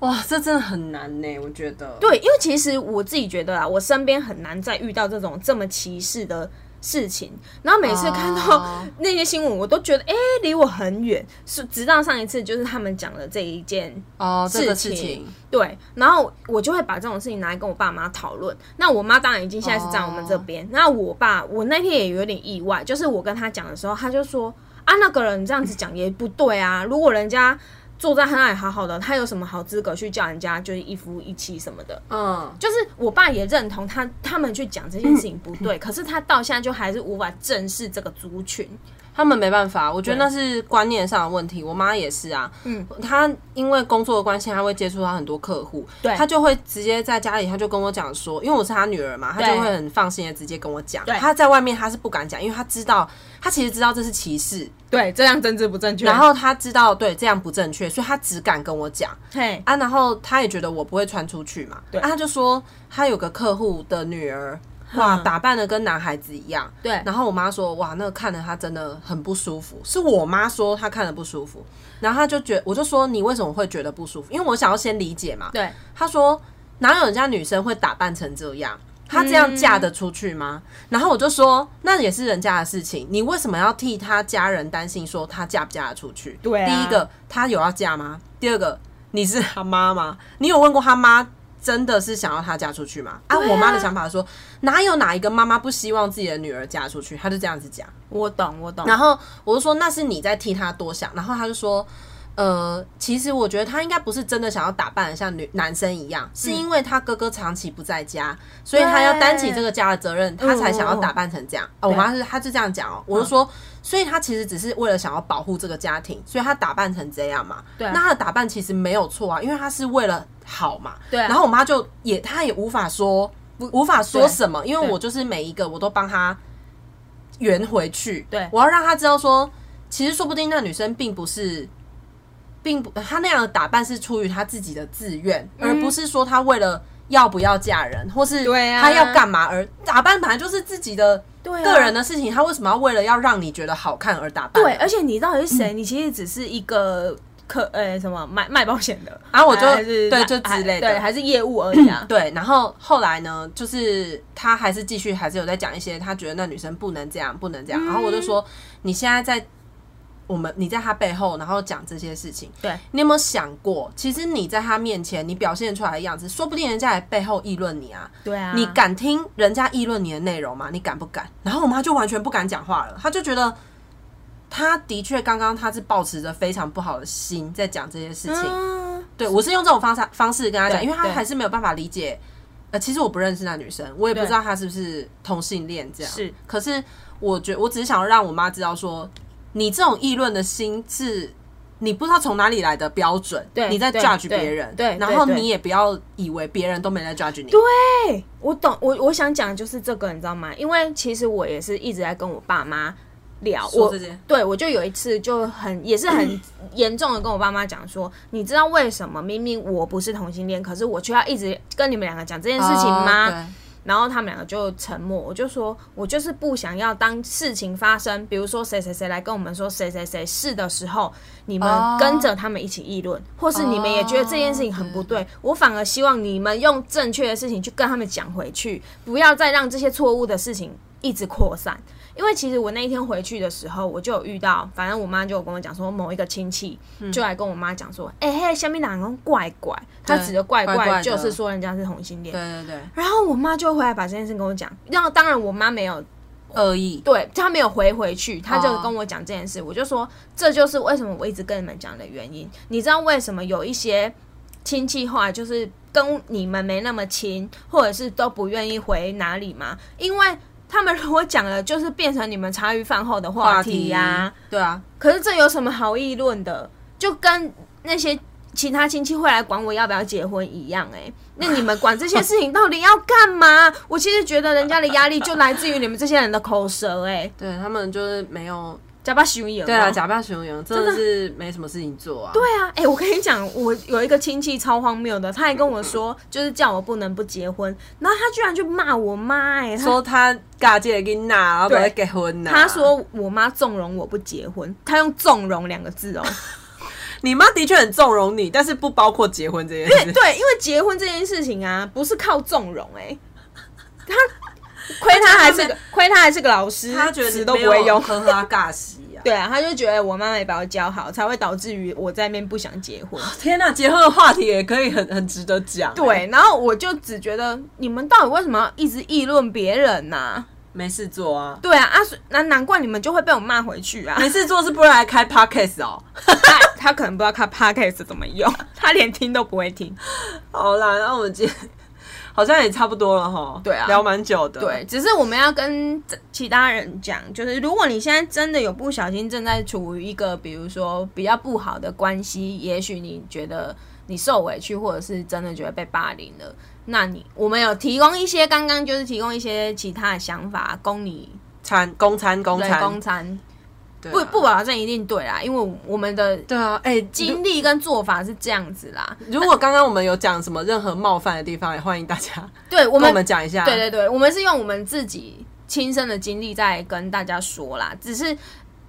S2: 哇，这真的很难呢、我觉得。
S1: 对，因为其实我自己觉得啊，我身边很难再遇到这种这么歧视的事情。然后每次看到
S2: 哦
S1: 那些新闻，我都觉得哎，诶离、我很远。是直到上一次，就是他们讲的这一件
S2: 哦，这个
S1: 事
S2: 事
S1: 情
S2: 情，
S1: 对，然后我就会把这种事情拿来跟我爸妈讨论。那我妈当然已经现在是站我们这
S2: 哦
S1: 边。那我爸，我那天也有点意外，就是我跟他讲的时候，他就说啊，那个人这样子讲也不对啊。如果人家坐在他那里好好的，他有什么好资格去叫人家就是一夫一妻什么的？
S2: 嗯，
S1: 就是我爸也认同他他们去讲这件事情不
S2: 嗯
S1: 对，可是他到现在就还是无法正视这个族群。
S2: 他们没办法，我觉得
S1: 对
S2: 那是观念上的问题。我妈也是啊，
S1: 嗯，
S2: 她因为工作的关系，她会接触到很多客户，
S1: 对
S2: 她就会直接在家里，她就跟我讲说，因为我是她女儿嘛，她
S1: 对
S2: 就会很放心的直接跟我讲。
S1: 对
S2: 她在外面她是不敢讲，因为她知道，她其实知道这是歧视，
S1: 对，这样政治不正确。
S2: 然后她知道对这样不正确，所以她只敢跟我讲。
S1: 嘿，
S2: 啊，然后他也觉得我不会穿出去嘛，
S1: 对
S2: 啊，他就说他有个客户的女儿，哇，
S1: 嗯
S2: 打扮的跟男孩子一样，
S1: 对
S2: 然后我妈说，哇，那个看了他真的很不舒服，是我妈说她看了不舒服，然后他就觉，我就说你为什么会觉得不舒服？因为我想要先理解嘛。
S1: 对，
S2: 他说哪有人家女生会打扮成这样？她这样嫁得出去吗？
S1: 嗯
S2: 然后我就说，那也是人家的事情，你为什么要替她家人担心？说她嫁不嫁得出去？
S1: 对啊
S2: 第一个她有要嫁吗？第二个你 是她妈吗？你有问过她妈真的是想要她嫁出去吗？啊，
S1: 对啊
S2: 我妈的想法说，哪有哪一个妈妈不希望自己的女儿嫁出去？她就这样子讲。
S1: 我懂，我懂。
S2: 然后我就说那是你在替他多想，然后他就说。呃，其实我觉得他应该不是真的想要打扮的像女男生一样，是因为他哥哥长期不在家，
S1: 嗯
S2: 所以他要担起这个家的责任，他才想要打扮成这样。哦，我妈是她就这样讲哦，我
S1: 嗯
S2: 就说，所以他其实只是为了想要保护这个家庭，所以他打扮成这样嘛。
S1: 对啊
S2: 那他的打扮其实没有错啊，因为他是为了好嘛。
S1: 对啊
S2: 然后我妈就也，她也无法说，无法说
S1: 对
S2: 什么，因为
S1: 对
S2: 我就是每一个我都帮他圆回去。
S1: 对
S2: 我要让他知道说，其实说不定那女生并不是，并不她那样的打扮是出于她自己的自愿，
S1: 嗯
S2: 而不是说她为了要不要嫁人，或是
S1: 对啊
S2: 她要干嘛而打扮，本来就是自己的
S1: 对啊
S2: 个人的事情，她为什么要为了要让你觉得好看而打扮？
S1: 对，而且你到底是
S2: 嗯
S1: 谁？你其实只是一个客，呃、什么卖卖保险的，
S2: 啊然后我就
S1: 还是
S2: 对就之类的。
S1: 还对，还是业务而已啊
S2: 嗯对，然后后来呢，就是他还是继续，还是有在讲一些他觉得那女生不能这样，不能
S1: 嗯
S2: 这样。然后我就说，你现在在我们你在他背后，然后讲这些事情，
S1: 对
S2: 你有没有想过，其实你在他面前，你表现出来的样子，说不定人家也背后议论你啊。
S1: 对啊，
S2: 你敢听人家议论你的内容吗？你敢不敢？然后我妈就完全不敢讲话了，她就觉得他的确刚刚他是抱持着非常不好的心在讲这些事情。
S1: 嗯，
S2: 对我是用这种方式方式跟他讲，
S1: 对
S2: 因为他
S1: 对
S2: 还是没有办法理解。呃，其实我不认识那女生，我也不
S1: 对
S2: 知道她是不是同性恋这样。
S1: 是，
S2: 可是我觉我只是想要让我妈知道说，你这种议论的心是。你不知道从哪里来的标准，
S1: 对
S2: 你在
S1: 对
S2: judge
S1: 对
S2: 别人，
S1: 对对
S2: 然后
S1: 对
S2: 你也不要以为别人都没在 judge 你，
S1: 对我懂，我我想讲就是这个，你知道吗？因为其实我也是一直在跟我爸妈聊，
S2: 说
S1: 我
S2: 这件
S1: 对我就有一次就很也是 很严重的跟我爸妈讲说，你知道为什么明明我不是同性恋，可是我却要一直跟你们两个讲这啊件事情吗？
S2: 哦对
S1: 然后他们两个就沉默。我就说，我就是不想要当事情发生，比如说谁谁谁来跟我们说谁谁谁是的时候，你
S2: 哦
S1: 们跟着他们一起议论，或是你们也觉得这件事情很不
S2: 嗯
S1: 对。我反而希望你们用正确的事情去跟他们讲回去，不要再让这些错误的事情一直扩散。因为其实我那一天回去的时候，我就有遇到，反正我妈就有跟我讲说，某一个亲戚
S2: 嗯
S1: 就来跟我妈讲说，哎、嘿，下面哪个怪怪，他
S2: 对
S1: 指的怪
S2: 怪怪
S1: 怪
S2: 的
S1: 就是说人家是同性恋，
S2: 对对对，
S1: 然后我妈就回来把这件事跟我讲，然后当然我妈没有，
S2: 恶意，
S1: 对她没有回回去，她就
S2: 哦
S1: 跟我讲这件事，我就说这就是为什么我一直跟你们讲的原因。你知道为什么有一些亲戚后来就是跟你们没那么亲，或者是都不愿意回哪里吗？因为他们如果讲了，就是变成你们茶余饭后的话题呀、
S2: 对啊，
S1: 可是这有什么好议论的？就跟那些其他亲戚会来管我要不要结婚一样、欸，那你们管这些事情到底要干嘛？ 我其实觉得人家的压力就来自于你们这些人的口舌、欸，哎，
S2: 对他们就是没有，
S1: 假巴熊眼。
S2: 对啊，假扮熊羊真的是没什么事情做啊，对
S1: 对啊，哎、我跟你讲，我有一个亲戚超荒谬的，他还跟我说，就是叫我不能不结婚，然后他居然就骂我妈、欸，哎，
S2: 说他嫁接给你拿，然后不要结婚呐、
S1: 他说我妈纵容我不结婚，他用纵容两个字哦、
S2: 你妈的确很纵容你，但是不包括结婚这件事。
S1: 哎对，因为结婚这件事情啊，不是靠纵容哎、他 亏他还是个亏他还是个老 师，
S2: 他觉得
S1: 词
S2: 你
S1: 都不会用。
S2: 呵呵啊尬戏啊！
S1: 对啊，他就觉得我妈没把我教好，才会导致于我在面不想结婚。
S2: 天呐、结婚的话题也可以很很值得讲、
S1: 对，，然后我就只觉得你们到底为什么要一直议论别人呐、
S2: 没事做啊，
S1: 对啊，啊，所以那难怪你们就会被我骂回去啊！
S2: 没事做是不然来开 podcast 哦。
S1: 他他可能不知道看 podcast 怎么用，他连听都不会听。
S2: 好啦，那我们今天好像也差不多了哈。
S1: 对啊
S2: 聊蛮久的。
S1: 对，，只是我们要跟其他人讲，就是如果你现在真的有不小心正在处于一个比如说比较不好的关系，也许你觉得你受委屈，或者是真的觉得被霸凌了，那你我们有提供一些刚刚就是提供一些其他的想法供你
S2: 餐公餐公
S1: 对
S2: 餐，
S1: 供餐，
S2: 对啊
S1: 不不保证一定对啦，因为我们的
S2: 对啊，哎、今。
S1: 经历跟做法是这样子啦。
S2: 如果刚刚我们有讲什么任何冒犯的地方，也欢迎大家
S1: 对我
S2: 跟
S1: 们
S2: 我们讲一下。
S1: 对对对，我们是用我们自己亲身的经历在跟大家说啦，只是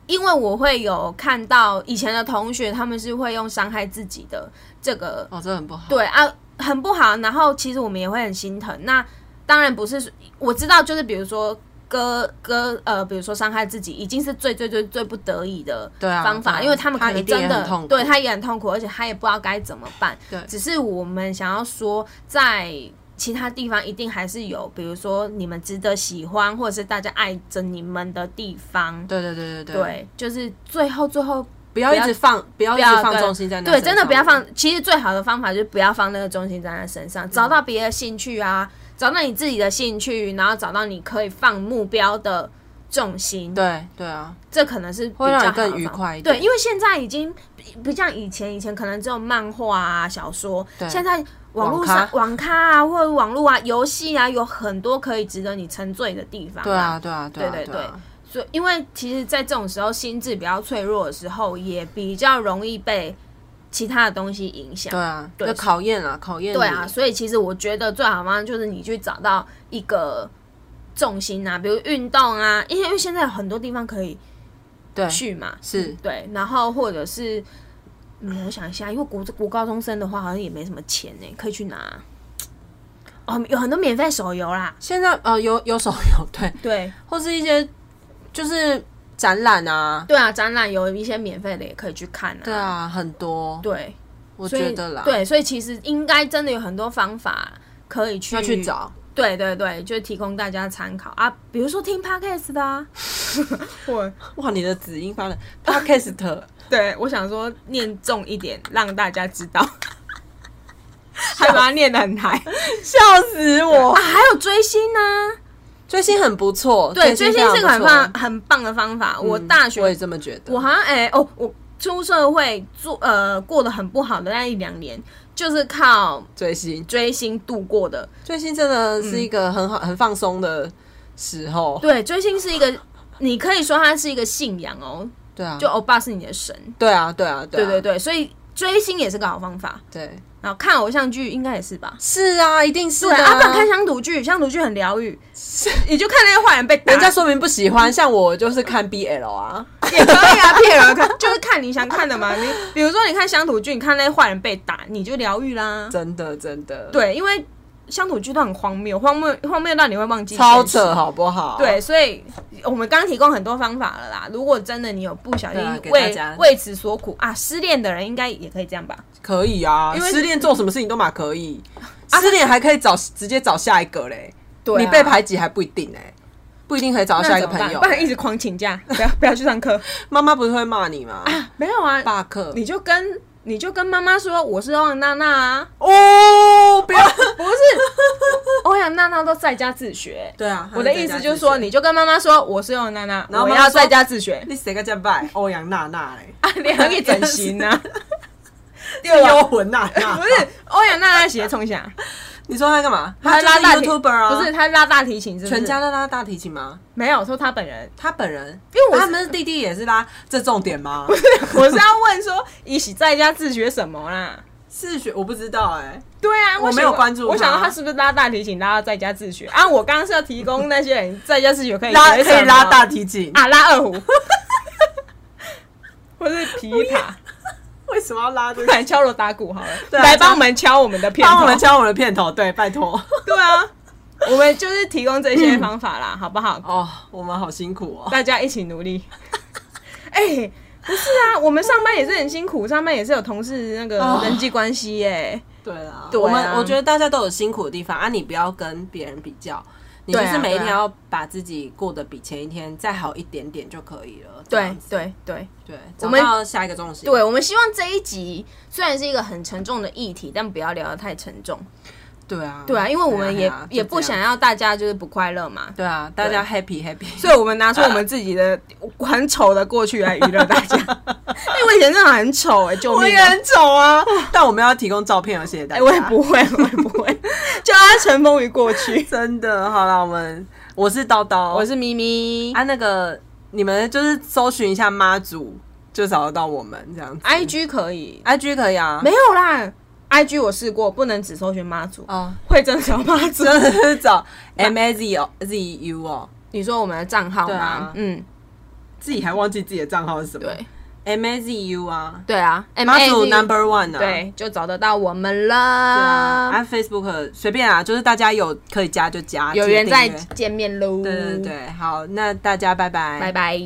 S1: 因为我会有看到以前的同学，他们是会用伤害自己的这个，
S2: 哦，这很不好。
S1: 对啊，很不好。然后其实我们也会很心疼。那当然不是，我知道就是比如说。割割呃，比如说伤害自己，已经是最最最最不得已的
S2: 对啊
S1: 方法，
S2: 对啊
S1: 因为他们可
S2: 他一
S1: 能
S2: 定也
S1: 真的
S2: 很痛苦
S1: 对他也很痛苦，而且他也不知道该怎么办。
S2: 对
S1: 只是我们想要说，在其他地方一定还是有，比如说你们值得喜欢，或者是大家爱着你们的地方。
S2: 对对对对对，
S1: 对，就是最后最后
S2: 不要一直放，不要一直放重心在那
S1: 对，
S2: 身上。
S1: 真的不要放。其实最好的方法就是不要放那个重心在他身上，
S2: 嗯
S1: 找到别的兴趣啊，找到你自己的兴趣，然后找到你可以放目标的重心。
S2: 对对啊，
S1: 这可能是比较
S2: 会让你
S1: 好的
S2: 更
S1: 方
S2: 愉
S1: 法
S2: 快一点
S1: 对，因为现在已经不不像以前，以前可能只有漫画啊、小说，
S2: 对
S1: 现在网络
S2: 网
S1: 上
S2: 咖
S1: 网咖啊，或者网络啊、游戏啊，有很多可以值得你沉醉的地方、
S2: 对啊，，对啊，啊，
S1: 对对
S2: 对啊。
S1: 所以因为其实，在这种时候心智比较脆弱的时候，也比较容易被其他的东西影响。
S2: 对啊，
S1: 对
S2: 就考验啊，考验你
S1: 对啊，所以其实我觉得最好的方法就是你去找到一个重心啊，比如运动啊，因为因为现在有很多地方可以
S2: 对，
S1: 去嘛，
S2: 是
S1: 对，然后或者是。嗯，我想一下，因为国国高中生的话，好像也没什么钱呢，可以去拿。哦，有很多免费手游啦，
S2: 现在呃有有手游对，
S1: 对
S2: 或是一些就是展览啊，
S1: 对啊，展览有一些免费的也可以去看啊。
S2: 对啊，很多，
S1: 对，
S2: 我
S1: 所以
S2: 觉得啦，
S1: 对，所以其实应该真的有很多方法可以去
S2: 要去找，
S1: 对对对，就提供大家参考啊，比如说听 podcast 的啊， 我
S2: 哇，你的子音发 了 podcast，
S1: 对我想说念重一点，让大家知道， 还把它念的很嗨
S2: 笑死
S1: 啊，
S2: 我！
S1: 还有追星呢、
S2: 追星很不错，
S1: 对，追
S2: 追
S1: 星是个很棒
S2: 棒。
S1: 很棒的方法。
S2: 呃
S1: 我大学
S2: 嗯我也这么觉得。
S1: 我好像哎、哦，我出社会做呃过得很不好的那一两年，就是靠
S2: 追星，
S1: 追星度过的。
S2: 追星真的是一个很好、很放松的时候。
S1: 对，追星是一个，你可以说它是一个信仰哦，
S2: 对啊，
S1: 就欧巴是你的神。
S2: 对啊，对啊，
S1: 对
S2: 对啊
S1: 对对，所以追星也是个好方法。
S2: 对，
S1: 然后看偶像剧应该也是吧。
S2: 是啊，一定是
S1: 对啊，不然看乡土剧，乡土剧很疗愈，你就看那些坏人被打，
S2: 人家说明不喜欢，像我就是看 BL 啊，
S1: 也可以啊，骗人看，就是看你想看的嘛。你比如说，你看乡土剧，你看那些坏人被打，你就疗愈啦。
S2: 真的真的，，
S1: 对，因为乡土剧都很荒谬，荒谬荒谬到你会忘记
S2: 超
S1: 现实
S2: 扯。好不好？
S1: 对，所以我们刚刚提供很多方法了啦。如果真的你有不小心
S2: 对啊给大
S1: 为、
S2: 家
S1: 为此所苦啊，失恋的人应该也可以这样吧？
S2: 可以啊，
S1: 因为啊
S2: 失恋做什么事情都嘛可以，失恋还可以找直接找下一个嘞，
S1: 对啊
S2: 你被排挤还不一定哎、不一定可以找到
S1: 那
S2: 下一个
S1: 怎么办
S2: 朋友
S1: 不。然一直狂请假，不要不要去上课。
S2: 妈妈不是会骂你吗？
S1: 没有啊，
S2: 罢课
S1: 你就跟你就跟妈妈说我是欧阳娜娜 啊，
S2: 哦，不要，
S1: 不是欧阳娜娜都在家自学。
S2: 对啊，
S1: 我的意思就是说，你就跟妈妈说我是欧阳娜娜，
S2: 然后
S1: 我
S2: 妈妈
S1: 要
S2: 说
S1: 在家自学。
S2: 你谁个叫拜欧阳娜娜嘞？
S1: 啊， 你还可以整形啊？
S2: 又幽魂娜娜
S1: 不，是欧阳娜娜鞋冲下，
S2: 你说他干嘛？
S1: 她拉大
S2: 就是
S1: 提
S2: YouTuber 啊，
S1: 不是她拉大提琴是不是，
S2: 全家都拉大提琴吗？
S1: 没有说她本人。
S2: 他本人，
S1: 因为我是
S2: 他们是弟弟也是拉，这重点 吗？
S1: 我是要问说，一起在家自学什么啦？
S2: 是学我不知道哎、
S1: 对啊，
S2: 我
S1: 想
S2: 没有关注她
S1: 我想到她是不是拉大提琴，拉到在家自学 啊？我刚刚是要提供那些人在家自学可以
S2: 拉
S1: 学
S2: 哎可
S1: 什
S2: 以
S1: 么
S2: 拉大提琴，
S1: 啊，拉二胡， 或是琵 琶，
S2: 为什么要 拉这
S1: 不
S2: 个？
S1: 然敲锣打鼓好了，
S2: 对啊
S1: 来帮我们敲我们的片头，
S2: 帮我们敲我的片头，对，拜 托。
S1: 对啊，我们就是提供这些方法 啦，好不好？
S2: 哦，我们好辛苦哦。
S1: 大家一起努力。 哎、不是啊，我们上班也是很辛苦，上班也是有同事那个
S2: 哦
S1: 人际关系耶、
S2: 对啦，
S1: 对啊
S2: 我们我觉得大家都有辛苦的地方啊，你不要跟别人比较，你就
S1: 对啊
S2: 是每一天
S1: 对啊
S2: 要把自己过得比前一天再好一点点就可以了。这
S1: 对
S2: 样子
S1: 对对
S2: 对，
S1: 我
S2: 找
S1: 们
S2: 到下一个重心。
S1: 对，我们希望这一集虽然是一个很沉重的议题，但不要聊得太沉重。
S2: 对啊，
S1: 对啊，因为我们
S2: 对啊
S1: 也、
S2: 对啊
S1: 也不
S2: 就这
S1: 想
S2: 样
S1: 要大家就是不快乐嘛，呃
S2: 对啊，大家 happy happy。
S1: 所以我们拿出我们自己的很丑的过去来娱乐大家。 因为我以前真的很丑哎、救
S2: 我
S1: 命
S2: 也
S1: 啊、
S2: 很丑啊，但我们要提供照片哦，谢谢大
S1: 哎、
S2: 家。
S1: 我也不会，我也不会，叫大家尘封于过去。
S2: 真的，好了，我们我是叨叨，
S1: 我是咪咪
S2: 啊，那个你们就是搜寻一下妈祖，就找得到我们这样子。
S1: ，IG 可以，
S2: IG 可以啊，
S1: 没有啦，IG 我试过，不能只搜寻妈祖，
S2: 啊，
S1: 会真的找妈祖。
S2: 真的是找 M A Z O Z U 哦，
S1: 你说我们的账号
S2: 对
S1: 吗？
S2: 啊
S1: 嗯，
S2: 自己还忘记自己的账号是什么？
S1: 对，
S2: ，M A Z U 啊，
S1: 对啊
S2: 妈祖
S1: MAZ
S2: Number One 啊，
S1: 对，就找得到我们
S2: 对啊，
S1: 了。
S2: 按 Facebook 随便啊，就是大家有可以加就加，
S1: 有
S2: 记得
S1: 缘再
S2: 订阅
S1: 见面喽。
S2: 对对，对，好，那大家拜拜，
S1: 拜。 拜。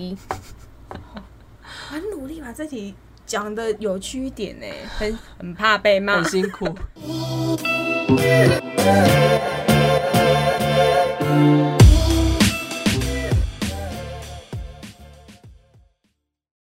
S1: 很努力把这题讲的有趣一点呢，很很怕被骂
S2: 很。辛苦。